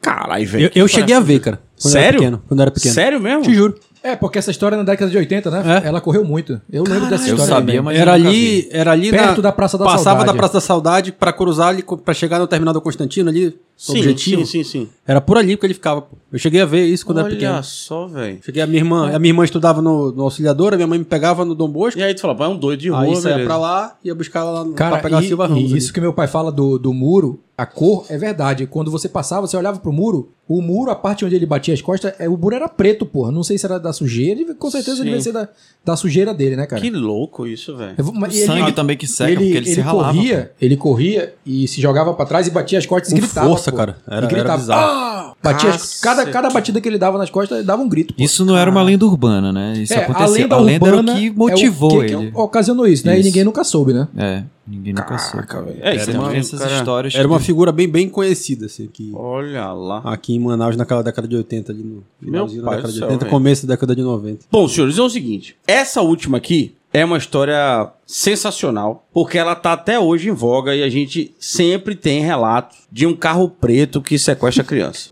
Speaker 1: Caralho,
Speaker 2: Eu, eu cheguei a ver, cara. quando eu era
Speaker 1: Sério?
Speaker 2: pequeno, quando eu era pequeno.
Speaker 1: Sério mesmo?
Speaker 2: Te juro.
Speaker 4: É, porque essa história na década de 80, né? Ela correu muito. Eu lembro dessa
Speaker 5: eu
Speaker 4: história.
Speaker 5: sabia,
Speaker 4: também.
Speaker 5: mas
Speaker 2: Era
Speaker 5: eu nunca
Speaker 2: ali, era ali
Speaker 4: Perto da Praça da
Speaker 2: passava
Speaker 4: Saudade.
Speaker 2: da Praça da Saudade pra cruzar ali co- pra chegar no terminal do Constantino ali,
Speaker 1: Sim,
Speaker 2: objetivo.
Speaker 1: sim, sim, sim.
Speaker 2: Era por ali que ele ficava. pô. Eu cheguei a ver isso quando era
Speaker 1: Olha
Speaker 2: pequeno.
Speaker 1: só, velho.
Speaker 2: Cheguei a minha irmã, a minha irmã estudava no, no auxiliador, a minha mãe me pegava no Dom Bosco,
Speaker 1: E aí tu fala, vai um doido de rua,
Speaker 2: Ah, aí saía
Speaker 1: beleza.
Speaker 2: pra lá ia buscar ela lá no-
Speaker 4: Cara,
Speaker 2: pra pegar
Speaker 4: e,
Speaker 2: a Silva
Speaker 4: e
Speaker 2: Ramos. ali.
Speaker 4: isso que meu pai fala do, do muro, a cor é verdade. Quando você passava, você olhava pro muro, o muro, a parte onde ele batia as costas, é, o muro era preto, porra. Não sei se era da sujeira, e com certeza
Speaker 1: Sim.
Speaker 4: devia ser da, da sujeira dele, né, cara?
Speaker 1: Que louco isso, velho.
Speaker 4: Eu vou- mas
Speaker 5: O sangue também que seca, porque ele se ralava,
Speaker 4: Corria, ele corria e se jogava pra trás e batia as costas e
Speaker 2: Com
Speaker 4: gritava.
Speaker 2: força,
Speaker 4: pô.
Speaker 2: cara. Era-
Speaker 4: e gritava.
Speaker 2: era bizarro.
Speaker 4: "Ah!" Batia as-
Speaker 1: Cacete.
Speaker 4: cada, cada batida que ele dava nas costas, ele dava um grito. pô.
Speaker 5: Isso não era uma lenda urbana, né? Isso
Speaker 4: É,
Speaker 5: acontecia. A lenda, era o que
Speaker 4: é
Speaker 5: motivou
Speaker 4: que- que
Speaker 5: ele.
Speaker 4: ocasionou isso, né?
Speaker 5: Isso.
Speaker 4: E ninguém nunca soube, né?
Speaker 5: É, ninguém nunca soube.
Speaker 1: velho. É, isso
Speaker 5: Era
Speaker 1: tem
Speaker 5: uma
Speaker 1: um
Speaker 5: dessas
Speaker 1: cara-
Speaker 5: histórias.
Speaker 2: Era
Speaker 5: que-
Speaker 2: uma figura bem bem conhecida assim, que
Speaker 1: Olha lá.
Speaker 2: aqui em Manaus naquela década de 80 ali no finalzinho da
Speaker 1: pai
Speaker 2: década
Speaker 1: do
Speaker 2: de
Speaker 1: céu,
Speaker 2: 80,
Speaker 1: velho.
Speaker 2: começo da década de 90.
Speaker 1: Bom, senhores, é o seguinte. Essa última aqui é uma história sensacional, porque ela tá até hoje em voga e a gente sempre tem relatos de um carro preto que sequestra criança.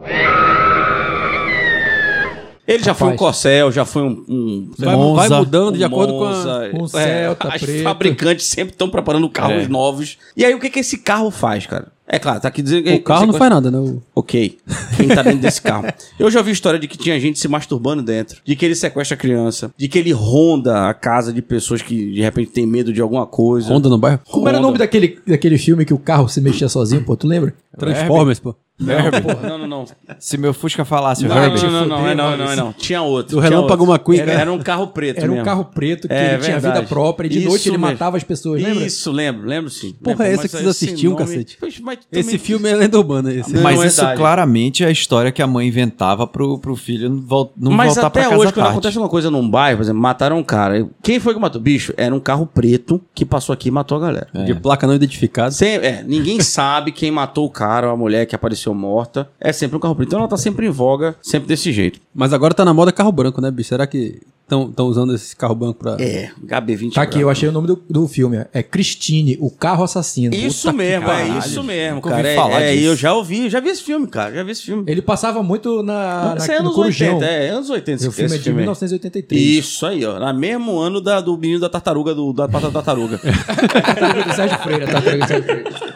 Speaker 1: Ele já foi um
Speaker 4: Rapaz.
Speaker 1: corcel, já foi um. um
Speaker 2: Vai- vai mudando de acordo com a-
Speaker 1: com
Speaker 4: um Celta
Speaker 1: é. As
Speaker 4: preto.
Speaker 1: fabricantes sempre estão preparando
Speaker 2: É.
Speaker 1: carros novos. E aí, o que, que esse carro faz, cara? É claro, tá aqui dizendo que.
Speaker 2: O carro não
Speaker 1: sequestra-
Speaker 2: faz nada, né? O-
Speaker 1: Ok. Quem tá dentro desse carro? Eu já vi história de que tinha gente se masturbando dentro, de que ele sequestra criança, de que ele ronda a casa de pessoas que de repente tem medo de alguma coisa.
Speaker 2: Honda no bairro?
Speaker 4: Como era o
Speaker 1: Honda.
Speaker 4: nome daquele, daquele filme que o carro se mexia sozinho, pô? Tu lembra?
Speaker 2: Transformers, pô.
Speaker 1: Não, porra, não, não, não.
Speaker 5: Se meu Fusca falasse,
Speaker 1: Não,
Speaker 5: Herbert.
Speaker 1: não, não, não, não, é não, é não, é não. Tinha outro.
Speaker 2: Do
Speaker 1: tinha
Speaker 2: Relâmpago
Speaker 1: outro.
Speaker 2: McQueen,
Speaker 1: Era,
Speaker 2: cara.
Speaker 1: era um carro preto
Speaker 4: Era um
Speaker 1: mesmo.
Speaker 4: carro preto que
Speaker 1: É,
Speaker 4: ele tinha
Speaker 1: verdade.
Speaker 4: vida própria e de
Speaker 1: Isso
Speaker 4: noite ele
Speaker 1: mesmo.
Speaker 4: matava as pessoas, lembra?
Speaker 1: Isso, lembro, lembro sim. Lembro,
Speaker 2: Porra, é essa
Speaker 1: mas
Speaker 2: que vocês assistiam, cacete?
Speaker 1: Pois, mas
Speaker 2: Esse
Speaker 1: também-
Speaker 2: filme é lenda urbana esse.
Speaker 1: Não,
Speaker 5: Mas
Speaker 1: é
Speaker 5: isso
Speaker 1: verdade.
Speaker 5: claramente é a história que a mãe inventava pro, pro filho não, vol- não
Speaker 1: Mas
Speaker 5: voltar
Speaker 1: até
Speaker 5: pra casa
Speaker 1: hoje, quando
Speaker 5: tarde.
Speaker 1: acontece alguma coisa num bairro, por exemplo, mataram um cara. Quem foi que matou? Bicho, era um carro preto que passou aqui e matou a galera.
Speaker 4: É.
Speaker 2: De placa não identificada.
Speaker 1: Sem- é, ninguém sabe quem matou o cara ou a mulher que apareceu morta. É sempre um carro preto. Então ela tá sempre em voga, sempre desse jeito.
Speaker 2: Mas agora tá na moda carro branco, né, bicho? Será que estão usando esse carro branco pra.
Speaker 1: É, HB20.
Speaker 4: Tá aqui, eu achei o nome do, do filme. ó. É Christine, o carro assassino.
Speaker 1: Isso
Speaker 4: Puta que
Speaker 1: mesmo,
Speaker 4: caralho.
Speaker 1: é isso mesmo,
Speaker 5: Nunca
Speaker 1: cara.
Speaker 5: ouvi
Speaker 1: É,
Speaker 5: falar
Speaker 1: é,
Speaker 5: disso.
Speaker 1: eu já ouvi, já vi esse filme, cara. Já vi esse filme.
Speaker 4: Ele passava muito na,
Speaker 1: Esse
Speaker 4: na,
Speaker 1: é
Speaker 4: no
Speaker 1: anos
Speaker 4: Corujão.
Speaker 1: 80, é anos 80
Speaker 4: o filme é
Speaker 1: esse
Speaker 4: de
Speaker 1: filme aí.
Speaker 4: 1983.
Speaker 1: Isso aí, ó. No mesmo ano da, do menino da tartaruga, do, da pata da tartaruga.
Speaker 4: É. Tartaruga do Sérgio Freire, a Tartaruga do Sérgio Freire.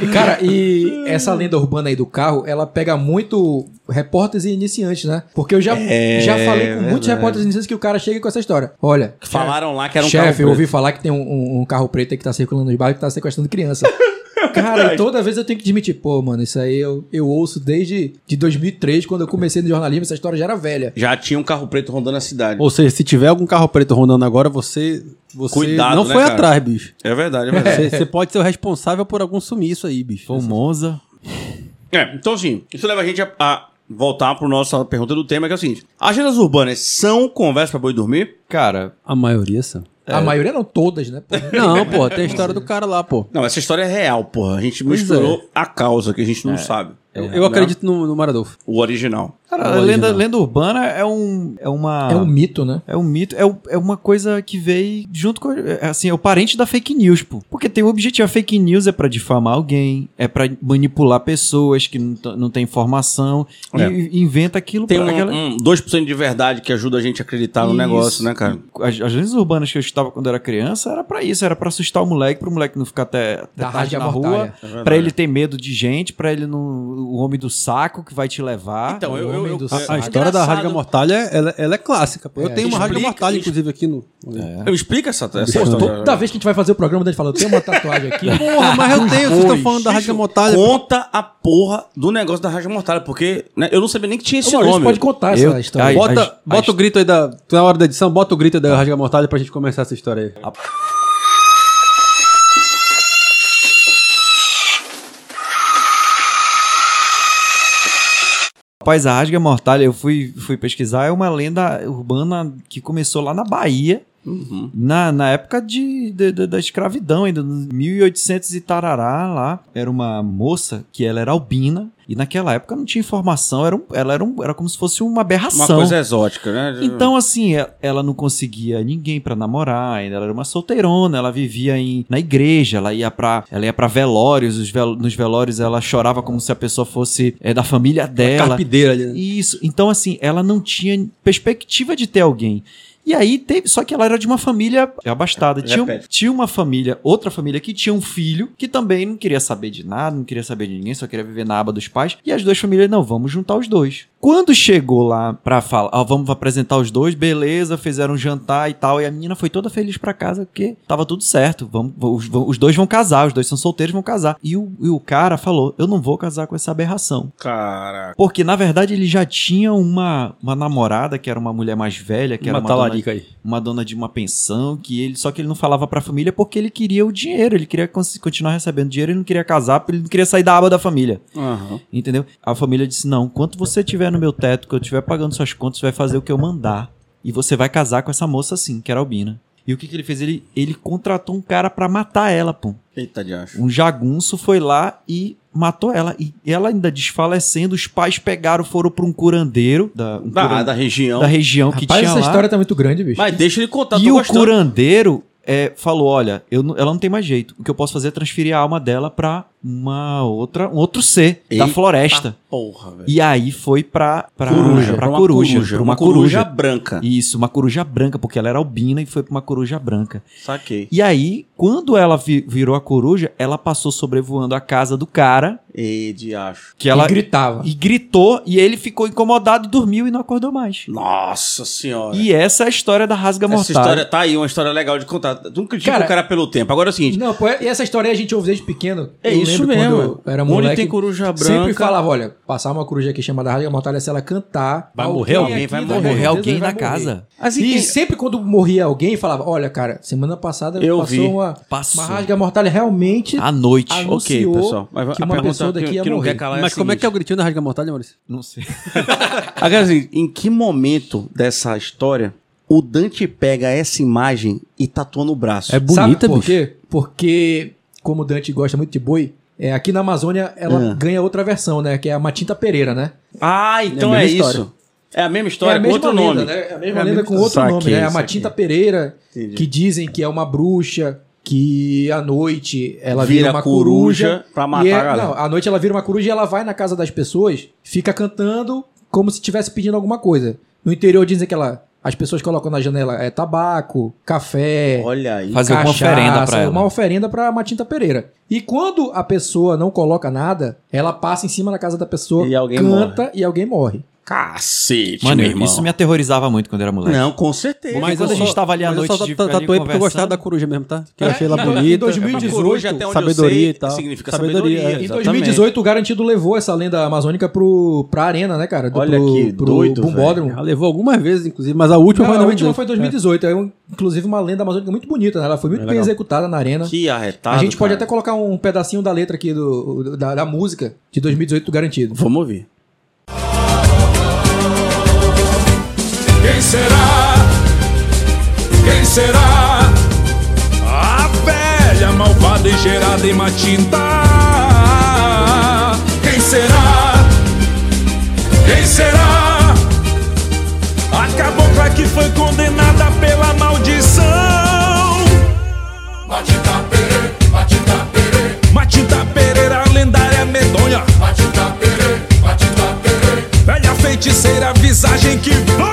Speaker 4: E, cara, e essa lenda urbana aí do carro, ela pega muito repórteres e iniciantes, né? Porque eu já,
Speaker 1: É,
Speaker 4: já falei com muitos
Speaker 1: verdade.
Speaker 4: repórteres e iniciantes que o cara chega com essa história. Olha,
Speaker 1: Que Falaram lá que era um
Speaker 4: chefe,
Speaker 1: carro preto.
Speaker 4: eu ouvi falar que tem um, um- um carro preto aí que tá circulando nos bairros que tá sequestrando criança.
Speaker 1: É
Speaker 4: Cara, e toda vez eu tenho que admitir, pô, mano, isso aí eu, eu ouço desde de 2003, quando eu comecei no jornalismo, essa história já era velha.
Speaker 1: Já tinha um carro preto rondando a cidade.
Speaker 2: Ou seja, se tiver algum carro preto rondando agora, você. Você
Speaker 1: Cuidado,
Speaker 2: não
Speaker 1: né,
Speaker 2: foi
Speaker 1: cara?
Speaker 2: atrás, bicho.
Speaker 1: É verdade, é
Speaker 2: Você, você pode ser o responsável por algum sumiço aí, bicho.
Speaker 5: Foi um Monza.
Speaker 1: É, então assim, isso leva a gente a, a voltar para nossa pergunta do tema, que é o seguinte: agendas urbanas são conversa para boi dormir?
Speaker 5: Cara,
Speaker 2: A maioria são.
Speaker 1: É.
Speaker 4: A maioria não todas, né? pô?
Speaker 2: Não, pô, tem a história do cara lá, pô.
Speaker 1: Não, essa história é real, porra. A gente
Speaker 2: Pois é.
Speaker 1: misturou a causa que a gente não sabe.
Speaker 2: Eu, eu
Speaker 1: Né?
Speaker 2: acredito no, no Maradolfo.
Speaker 1: O original.
Speaker 5: cara a
Speaker 2: O
Speaker 5: lenda,
Speaker 2: original.
Speaker 5: lenda urbana é um. É uma.
Speaker 4: É um mito, né?
Speaker 5: É um mito, é, o- é uma coisa que veio junto com. é, Assim, é o parente da fake news, pô. Porque tem um objetivo. A fake news é pra difamar alguém, é pra manipular pessoas que não, t- não têm informação e-
Speaker 1: É.
Speaker 5: e inventa aquilo
Speaker 1: Tem um,
Speaker 5: pra aquela-
Speaker 1: um 2% de verdade que ajuda a gente a acreditar no
Speaker 5: Isso.
Speaker 1: negócio, né, cara?
Speaker 5: As, as lendas urbanas que eu estava quando era criança era pra isso, era pra assustar o moleque, pro moleque não ficar até, até
Speaker 4: Da
Speaker 5: tarde
Speaker 4: rádio
Speaker 5: na rua,
Speaker 4: abortalha.
Speaker 1: É verdade.
Speaker 5: pra ele ter medo de gente, pra ele não. o homem do saco que vai te levar.
Speaker 1: Então, eu-
Speaker 5: O
Speaker 1: eu-
Speaker 5: homem
Speaker 1: eu-
Speaker 5: do
Speaker 1: a-
Speaker 5: saco.
Speaker 2: A história da Rasga Mortalha, ela, ela é clássica. pô. Eu
Speaker 1: É.
Speaker 2: tenho uma Rasga
Speaker 1: Explica-
Speaker 2: Mortalha, inclusive, aqui no...
Speaker 1: Eu explico essa, essa
Speaker 4: Pô,
Speaker 1: história.
Speaker 2: tá-
Speaker 4: toda vez que a gente vai fazer o programa, a gente fala, eu tenho uma tatuagem aqui.
Speaker 2: Porra, mas eu tenho. Vocês estão falando da Rasga Mortalha.
Speaker 1: Conta a porra do negócio da Raja Mortalha, porque né, eu não sabia nem que tinha esse
Speaker 4: Ô, Maurício,
Speaker 1: nome.
Speaker 4: pode contar essa
Speaker 5: Eu-
Speaker 4: história.
Speaker 5: Ai,
Speaker 2: Bota,
Speaker 5: a-
Speaker 2: bota o grito aí da. Tu na hora da edição, bota o grito aí da Rasga Mortalha pra gente começar essa história aí.
Speaker 5: Ah, Rapaz, a Rasga Mortalha, eu fui, fui pesquisar, é uma lenda urbana que começou lá na Bahia,
Speaker 1: Uhum.
Speaker 5: na, na época de, de- de- da escravidão, ainda nos 1800 e tarará lá. Era uma moça que ela era albina, e naquela época não tinha informação, era um- ela era, um- era como se fosse uma aberração.
Speaker 1: Uma coisa exótica, né?
Speaker 5: Então, assim, e- ela não conseguia ninguém pra namorar, ainda ela era uma solteirona, ela vivia em, na igreja, ela ia pra ela ia para velórios, os vel- nos velórios ela chorava como se a pessoa fosse é, da família dela.
Speaker 2: Carpideira ali, né?
Speaker 5: Isso. Então, assim, ela não tinha perspectiva de ter alguém. E aí teve. Só que ela era de uma família abastada. Tinha, um-
Speaker 1: Repete.
Speaker 5: tinha uma família, outra família que tinha um filho que também não queria saber de nada, não queria saber de ninguém, só queria viver na aba dos pais. E as duas famílias, não, vamos juntar os dois. Quando chegou lá pra falar, ó, vamos apresentar os dois, beleza, fizeram um jantar e tal. E a menina foi toda feliz pra casa porque tava tudo certo. Vamos, os, os dois vão casar, os dois são solteiros, vão casar. E o, e o cara falou: Eu não vou casar com essa aberração.
Speaker 1: Caraca.
Speaker 5: Porque, na verdade, ele já tinha uma, uma namorada, que era uma mulher mais velha, que era
Speaker 2: Uma
Speaker 5: uma dona,
Speaker 2: talarica aí.
Speaker 5: uma dona de uma pensão, que ele. Só que ele não falava pra família porque ele queria o dinheiro. Ele queria cons- continuar recebendo dinheiro, ele não queria casar, porque ele não queria sair da aba da família. Entendeu? A família disse: não, quanto você tiver no meu teto, que eu estiver pagando suas contas, você vai fazer o que eu mandar. E você vai casar com essa moça assim, que era albina. E o que, que ele fez? Ele, ele contratou um cara pra matar ela, pô.
Speaker 1: Eita de acho.
Speaker 5: Um jagunço foi lá e matou ela. E ela ainda desfalecendo, os pais pegaram, foram pra um curandeiro da, um
Speaker 1: Da,
Speaker 5: curan-
Speaker 1: da região.
Speaker 5: da região que
Speaker 4: Rapaz,
Speaker 5: tinha
Speaker 4: essa
Speaker 5: lá.
Speaker 4: história tá muito grande, bicho.
Speaker 1: Mas deixa ele contar,
Speaker 5: E
Speaker 1: Tá, tô
Speaker 5: o
Speaker 1: gostando.
Speaker 5: curandeiro é, falou, olha, eu não- ela não tem mais jeito. O que eu posso fazer é transferir a alma dela pra uma outra, um outro ser
Speaker 1: Eita.
Speaker 5: da floresta.
Speaker 1: Porra, velho.
Speaker 5: E aí foi pra, pra
Speaker 1: Coruja.
Speaker 5: pra
Speaker 1: Uma
Speaker 5: coruja,
Speaker 1: coruja,
Speaker 5: pra
Speaker 1: uma coruja branca.
Speaker 5: Isso, uma coruja branca, porque ela era albina e foi pra uma coruja branca.
Speaker 1: Saquei.
Speaker 5: E aí, quando ela vi- virou a coruja, ela passou sobrevoando a casa do cara,
Speaker 1: E de acho.
Speaker 5: que ela
Speaker 4: E gritava.
Speaker 5: e gritou, e ele ficou incomodado e dormiu e não acordou mais.
Speaker 1: Nossa senhora.
Speaker 5: E essa é a história da rasga
Speaker 1: Essa
Speaker 5: mortal.
Speaker 1: história tá aí, uma história legal de contar. Nunca critica
Speaker 4: Cara-
Speaker 1: o cara pelo tempo. Agora é o seguinte.
Speaker 4: Não, pô, e essa história aí a gente ouve desde pequeno.
Speaker 1: É
Speaker 4: Eu
Speaker 1: isso
Speaker 4: lembro
Speaker 1: mesmo.
Speaker 4: quando eu era
Speaker 1: Onde
Speaker 4: moleque.
Speaker 1: tem coruja branca-
Speaker 4: Sempre falava, olha, passar uma coruja aqui chamada Rasga Mortalha, se ela cantar...
Speaker 2: Vai morrer alguém,
Speaker 4: aqui
Speaker 1: vai
Speaker 4: da
Speaker 5: Vai
Speaker 1: morrer
Speaker 5: morrer
Speaker 4: redondeza
Speaker 5: alguém
Speaker 4: vai
Speaker 5: na
Speaker 4: morrer.
Speaker 5: casa.
Speaker 1: Assim,
Speaker 4: E
Speaker 1: quem-
Speaker 4: sempre quando morria alguém, falava, olha, cara, semana passada
Speaker 1: Eu
Speaker 4: passou
Speaker 1: vi.
Speaker 4: uma,
Speaker 5: Passou.
Speaker 4: uma Rasga Mortalha realmente...
Speaker 5: À noite.
Speaker 4: Ah,
Speaker 1: Ok,
Speaker 4: anunciou
Speaker 1: pessoal. Mas
Speaker 4: que
Speaker 1: a
Speaker 4: uma
Speaker 1: pergunta
Speaker 4: pessoa
Speaker 1: que,
Speaker 4: daqui ia
Speaker 1: que não
Speaker 4: morrer.
Speaker 1: quer calar
Speaker 2: Mas
Speaker 1: a
Speaker 2: como é
Speaker 1: seguinte.
Speaker 2: que é o gritinho da Rasga Mortalha, Maurício?
Speaker 5: Não sei.
Speaker 1: Agora, assim, em que momento dessa história o Dante pega essa imagem e tatua no braço?
Speaker 4: Sabe por quê? Porque, como o Dante gosta muito de boi, é, aqui na Amazônia ela
Speaker 1: Ah.
Speaker 4: ganha outra versão, né? Que é a Matinta Pereira, né?
Speaker 1: Ah, então é,
Speaker 4: mesma
Speaker 1: isso.
Speaker 4: história.
Speaker 1: É a mesma história, com outro
Speaker 4: lenda,
Speaker 1: nome.
Speaker 4: né? É a
Speaker 1: É a
Speaker 4: mesma lenda
Speaker 1: mesma-
Speaker 4: com outro
Speaker 1: Saquei,
Speaker 4: nome, né? A
Speaker 1: saquei.
Speaker 4: Matinta Pereira,
Speaker 1: Entendi.
Speaker 4: que dizem que é uma bruxa, que à noite ela
Speaker 1: Vira
Speaker 4: vira, uma
Speaker 1: coruja
Speaker 4: coruja.
Speaker 1: pra matar
Speaker 4: e é-
Speaker 1: a galera.
Speaker 4: Não, à noite ela vira uma coruja e ela vai na casa das pessoas, fica cantando como se estivesse pedindo alguma coisa. No interior dizem que ela, as pessoas colocam na janela é tabaco, café,
Speaker 1: Olha aí.
Speaker 5: Fazer alguma oferenda pra ela.
Speaker 4: uma oferenda pra Matinta Pereira. E quando a pessoa não coloca nada, ela passa em cima da casa da pessoa,
Speaker 1: E alguém
Speaker 4: canta e alguém morre.
Speaker 1: Cacete,
Speaker 5: Mano,
Speaker 1: meu um irmão.
Speaker 5: isso me aterrorizava muito quando era moleque.
Speaker 1: Não, com certeza.
Speaker 5: Mas
Speaker 1: Com
Speaker 5: quando a gente tava ali à
Speaker 2: mas eu
Speaker 5: noite
Speaker 2: só
Speaker 5: de
Speaker 2: ta-
Speaker 5: ficar ali
Speaker 2: tatuei porque eu gostava
Speaker 5: conversando.
Speaker 2: da coruja mesmo, tá? Que eu
Speaker 1: É,
Speaker 2: achei ela
Speaker 1: em
Speaker 2: bonita.
Speaker 1: É uma coruja, até onde eu
Speaker 2: sabedoria é,
Speaker 1: sei,
Speaker 2: e tal.
Speaker 1: significa sabedoria.
Speaker 4: Em
Speaker 1: Exatamente.
Speaker 4: 2018, o Garantido levou essa lenda amazônica pro, pra arena, né, cara? Do-
Speaker 1: Olha
Speaker 4: pro,
Speaker 1: que
Speaker 4: pro
Speaker 1: doido,
Speaker 4: Bumbódromo.
Speaker 2: Ela levou algumas vezes, inclusive, mas a última
Speaker 4: Não,
Speaker 2: foi né?
Speaker 4: a
Speaker 2: na
Speaker 4: última
Speaker 2: última.
Speaker 4: foi em 2018. É, um- inclusive, uma lenda amazônica muito bonita, né? Ela foi muito
Speaker 2: É
Speaker 4: bem
Speaker 2: legal.
Speaker 4: executada na arena.
Speaker 1: Que tá arretado.
Speaker 4: a gente pode
Speaker 1: cara.
Speaker 4: até colocar um pedacinho da letra aqui do, do- da, da música de 2018 do Garantido.
Speaker 1: Vamos ouvir.
Speaker 3: Quem será? Quem será? A velha malvada e gerada e matinta. Quem será? Quem será? A cabocla que foi condenada pela maldição. Matinta Pereira, Matinta Pereira. Matinta Pereira, a lendária medonha. Matinta Pereira, Matinta Pereira. Velha feiticeira, visagem que voa.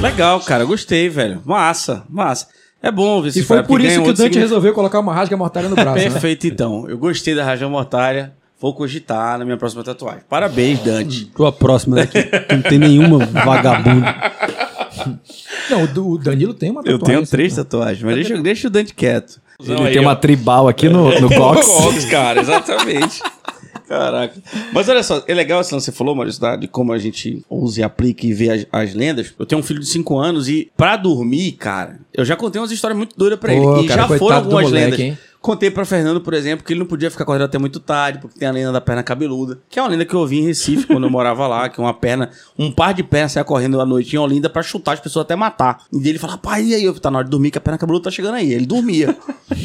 Speaker 1: Legal, cara. Gostei, velho. Massa, massa. É bom ver
Speaker 4: E
Speaker 1: esse
Speaker 4: foi
Speaker 1: cara,
Speaker 4: por
Speaker 1: porque
Speaker 4: isso
Speaker 1: ganha
Speaker 4: que o
Speaker 1: outro
Speaker 4: Dante
Speaker 1: significado.
Speaker 5: né?
Speaker 4: resolveu colocar uma rasga mortalha no braço. né?
Speaker 1: Perfeito, então. Eu gostei da Rajão Mortalha. Vou cogitar na minha próxima tatuagem. Parabéns, Dante.
Speaker 2: Tua próxima daqui. Não tem nenhuma vagabunda.
Speaker 4: Não, o do- o Danilo tem uma
Speaker 1: Eu
Speaker 4: tatuagem.
Speaker 1: tenho três tatuagens, mas deixa, deixa o Dante quieto.
Speaker 5: né? Ele tem uma tribal aqui no,
Speaker 1: É
Speaker 5: no box.
Speaker 1: Cox, cara, exatamente. Caraca. Mas olha só, é legal esse lance que você falou, Maurício, tá? de como a gente usa e aplica e vê as, as lendas. Eu tenho um filho de 5 anos e pra dormir, cara, eu já contei umas histórias muito doidas pra
Speaker 4: Pô,
Speaker 1: ele. E
Speaker 4: cara,
Speaker 1: já foram
Speaker 4: coitado do
Speaker 1: algumas
Speaker 4: moleque,
Speaker 1: lendas.
Speaker 4: hein?
Speaker 1: Contei pra Fernando, por exemplo, que ele não podia ficar acordado até muito tarde, porque tem a lenda da perna cabeluda, que é uma lenda que eu ouvi em Recife quando eu morava lá, que uma perna, um par de pernas saia correndo à noite em Olinda pra chutar as pessoas até matar. E ele fala, pai, e aí? Eu, tá na hora de dormir que a perna cabeluda tá chegando aí. Ele dormia.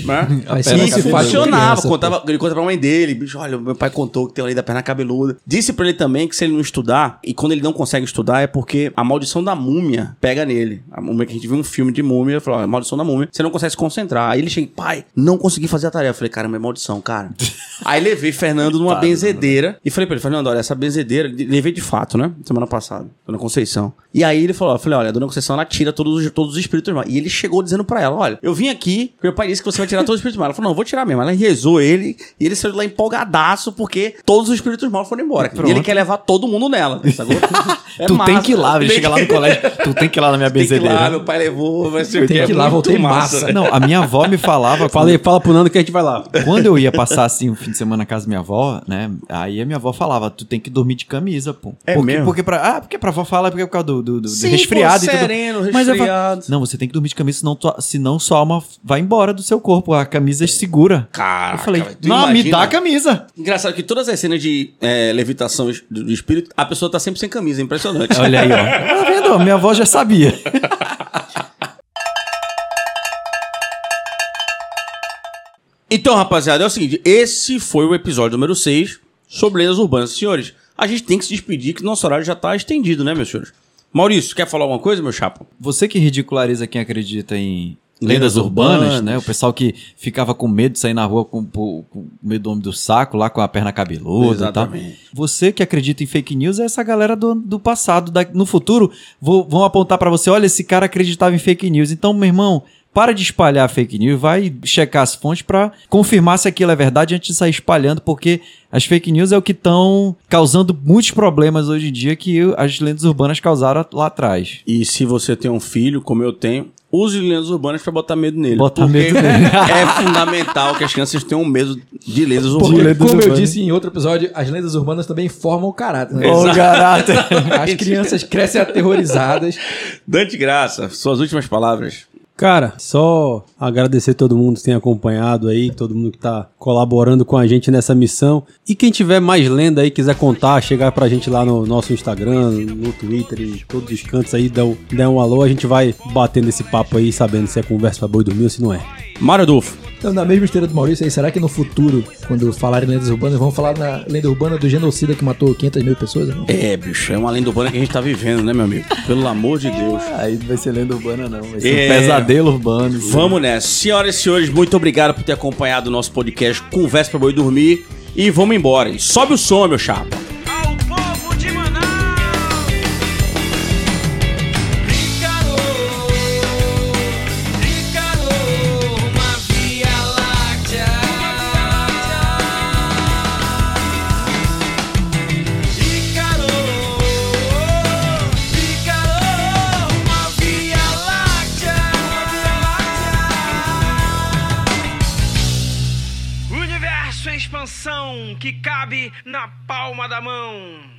Speaker 1: né?
Speaker 4: Aí
Speaker 1: E
Speaker 4: você
Speaker 1: isso
Speaker 4: faz com
Speaker 1: funcionava.
Speaker 4: criança,
Speaker 1: contava, ele conta pra mãe dele, bicho, olha, meu pai contou que tem a lei da perna cabeluda. Disse pra ele também que se ele não estudar, e quando ele não consegue estudar é porque a maldição da múmia pega nele. A múmia que a gente viu um filme de múmia, ele falou, ó, a maldição da múmia, você não consegue se concentrar. Aí ele chega, e, pai, não consegui fazer a tarefa. Eu falei, cara, é maldição, cara. Aí levei Fernando numa benzedeira e falei pra ele, Fernando, olha, essa benzedeira, levei de fato, né? Semana passada, Dona Conceição. E aí ele falou, eu falei, olha, a Dona Conceição, ela tira todos os, todos os espíritos maus. E ele chegou dizendo pra ela, olha, eu vim aqui, meu pai disse que você vai tirar todos os espíritos maus. Ela falou, não, eu vou tirar mesmo. Ela rezou ele e ele saiu de lá empolgadaço porque todos os espíritos maus foram embora. E ele quer levar todo mundo nela, sacou? É
Speaker 5: tu tem
Speaker 1: massa.
Speaker 5: que ir lá, ele
Speaker 1: Tem
Speaker 5: chega
Speaker 1: que-
Speaker 5: lá no colégio. Tu tem que ir lá na minha
Speaker 1: Tem que ir lá,
Speaker 5: benzedeira.
Speaker 1: meu pai levou, vai ser o
Speaker 4: Tem
Speaker 1: quê?
Speaker 4: que ir lá,
Speaker 1: Muito
Speaker 4: voltei massa.
Speaker 5: Não, a minha avó me falava.
Speaker 2: Falei, fala pro Nando que a gente vai lá.
Speaker 5: Quando eu ia passar assim o fim de semana na casa da minha avó, né? Aí a minha avó falava, tu tem que dormir de camisa, pô.
Speaker 1: É
Speaker 5: porque,
Speaker 1: mesmo?
Speaker 5: Porque pra, ah, porque pra avó fala porque é por causa do, do, do
Speaker 1: Sim,
Speaker 5: resfriado
Speaker 1: pô,
Speaker 5: e tudo.
Speaker 1: sereno,
Speaker 5: Mas eu
Speaker 1: resfriado.
Speaker 5: falo, não, você tem que dormir de camisa, senão, tua, senão sua alma vai embora do seu corpo. A camisa é segura.
Speaker 1: Caraca,
Speaker 5: eu falei,
Speaker 1: velho, É. Ah, tu
Speaker 5: não, me
Speaker 1: imagina?"
Speaker 5: dá a camisa.
Speaker 1: Engraçado que todas as cenas de é, levitação es- do do espírito, a pessoa tá sempre sem camisa, é impressionante.
Speaker 5: Olha aí, ó. Tá vendo? Minha avó já sabia.
Speaker 1: Então, rapaziada, é o seguinte: esse foi o episódio número 6 sobre lendas urbanas. Senhores, a gente tem que se despedir que nosso horário já tá estendido, né, meus senhores? Maurício, quer falar alguma coisa, meu chapa?
Speaker 5: Você que ridiculariza quem acredita em
Speaker 1: Lendas
Speaker 5: lendas urbanas,
Speaker 1: urbanas.
Speaker 5: né? O pessoal que ficava com medo de sair na rua com, com com medo do homem do saco, lá com a perna cabeluda e tal. Você que acredita em fake news é essa galera do, do passado. Da- no futuro, vo- vão apontar pra você: olha, esse cara acreditava em fake news. Então, meu irmão, para de espalhar fake news, vai checar as fontes pra confirmar se aquilo é verdade antes de sair espalhando, porque as fake news é o que estão causando muitos problemas hoje em dia que as lendas urbanas causaram lá atrás.
Speaker 1: E se você tem um filho, como eu tenho, use lendas urbanas pra botar medo nele.
Speaker 5: Botar
Speaker 1: Porque
Speaker 5: medo nele.
Speaker 1: é fundamental que as crianças tenham medo de lendas
Speaker 4: Porque,
Speaker 1: urbanas.
Speaker 4: como eu
Speaker 5: urbanas.
Speaker 4: disse em outro episódio, as lendas urbanas também formam o caráter. Né?
Speaker 5: Ô, garata!
Speaker 4: As crianças crescem aterrorizadas.
Speaker 1: Dante Graça, suas últimas palavras.
Speaker 2: Cara, só agradecer todo mundo que tem acompanhado aí, todo mundo que tá colaborando com a gente nessa missão. E quem tiver mais lenda aí, quiser contar, chegar pra gente lá no nosso Instagram, no Twitter, em todos os cantos aí, dá um, dá um alô, a gente vai batendo esse papo aí, sabendo se é conversa pra boi dormir ou se não é.
Speaker 1: Mário Adolfo.
Speaker 4: Então, na mesma esteira do Maurício aí, será que no futuro, quando falarem lendas urbanas, vão falar na lenda urbana do genocida que matou 500 mil pessoas? Não?
Speaker 1: É, bicho, é uma lenda urbana que a gente tá vivendo, né, meu amigo? Pelo amor de Deus.
Speaker 5: Ah, Aí não vai ser lenda urbana, não. Vai ser
Speaker 1: É.
Speaker 5: um pesadelo urbano.
Speaker 1: Vamos nessa. Senhoras e senhores, muito obrigado por ter acompanhado o nosso podcast Conversa pra Boi Dormir. E vamos embora. E sobe o som, meu chapa.
Speaker 3: ao povo de Manaus. Tricolor, tricolor, uma Via Láctea. Tricolor, tricolor, uma Via Láctea. Universo em expansão que cabe na palma da mão.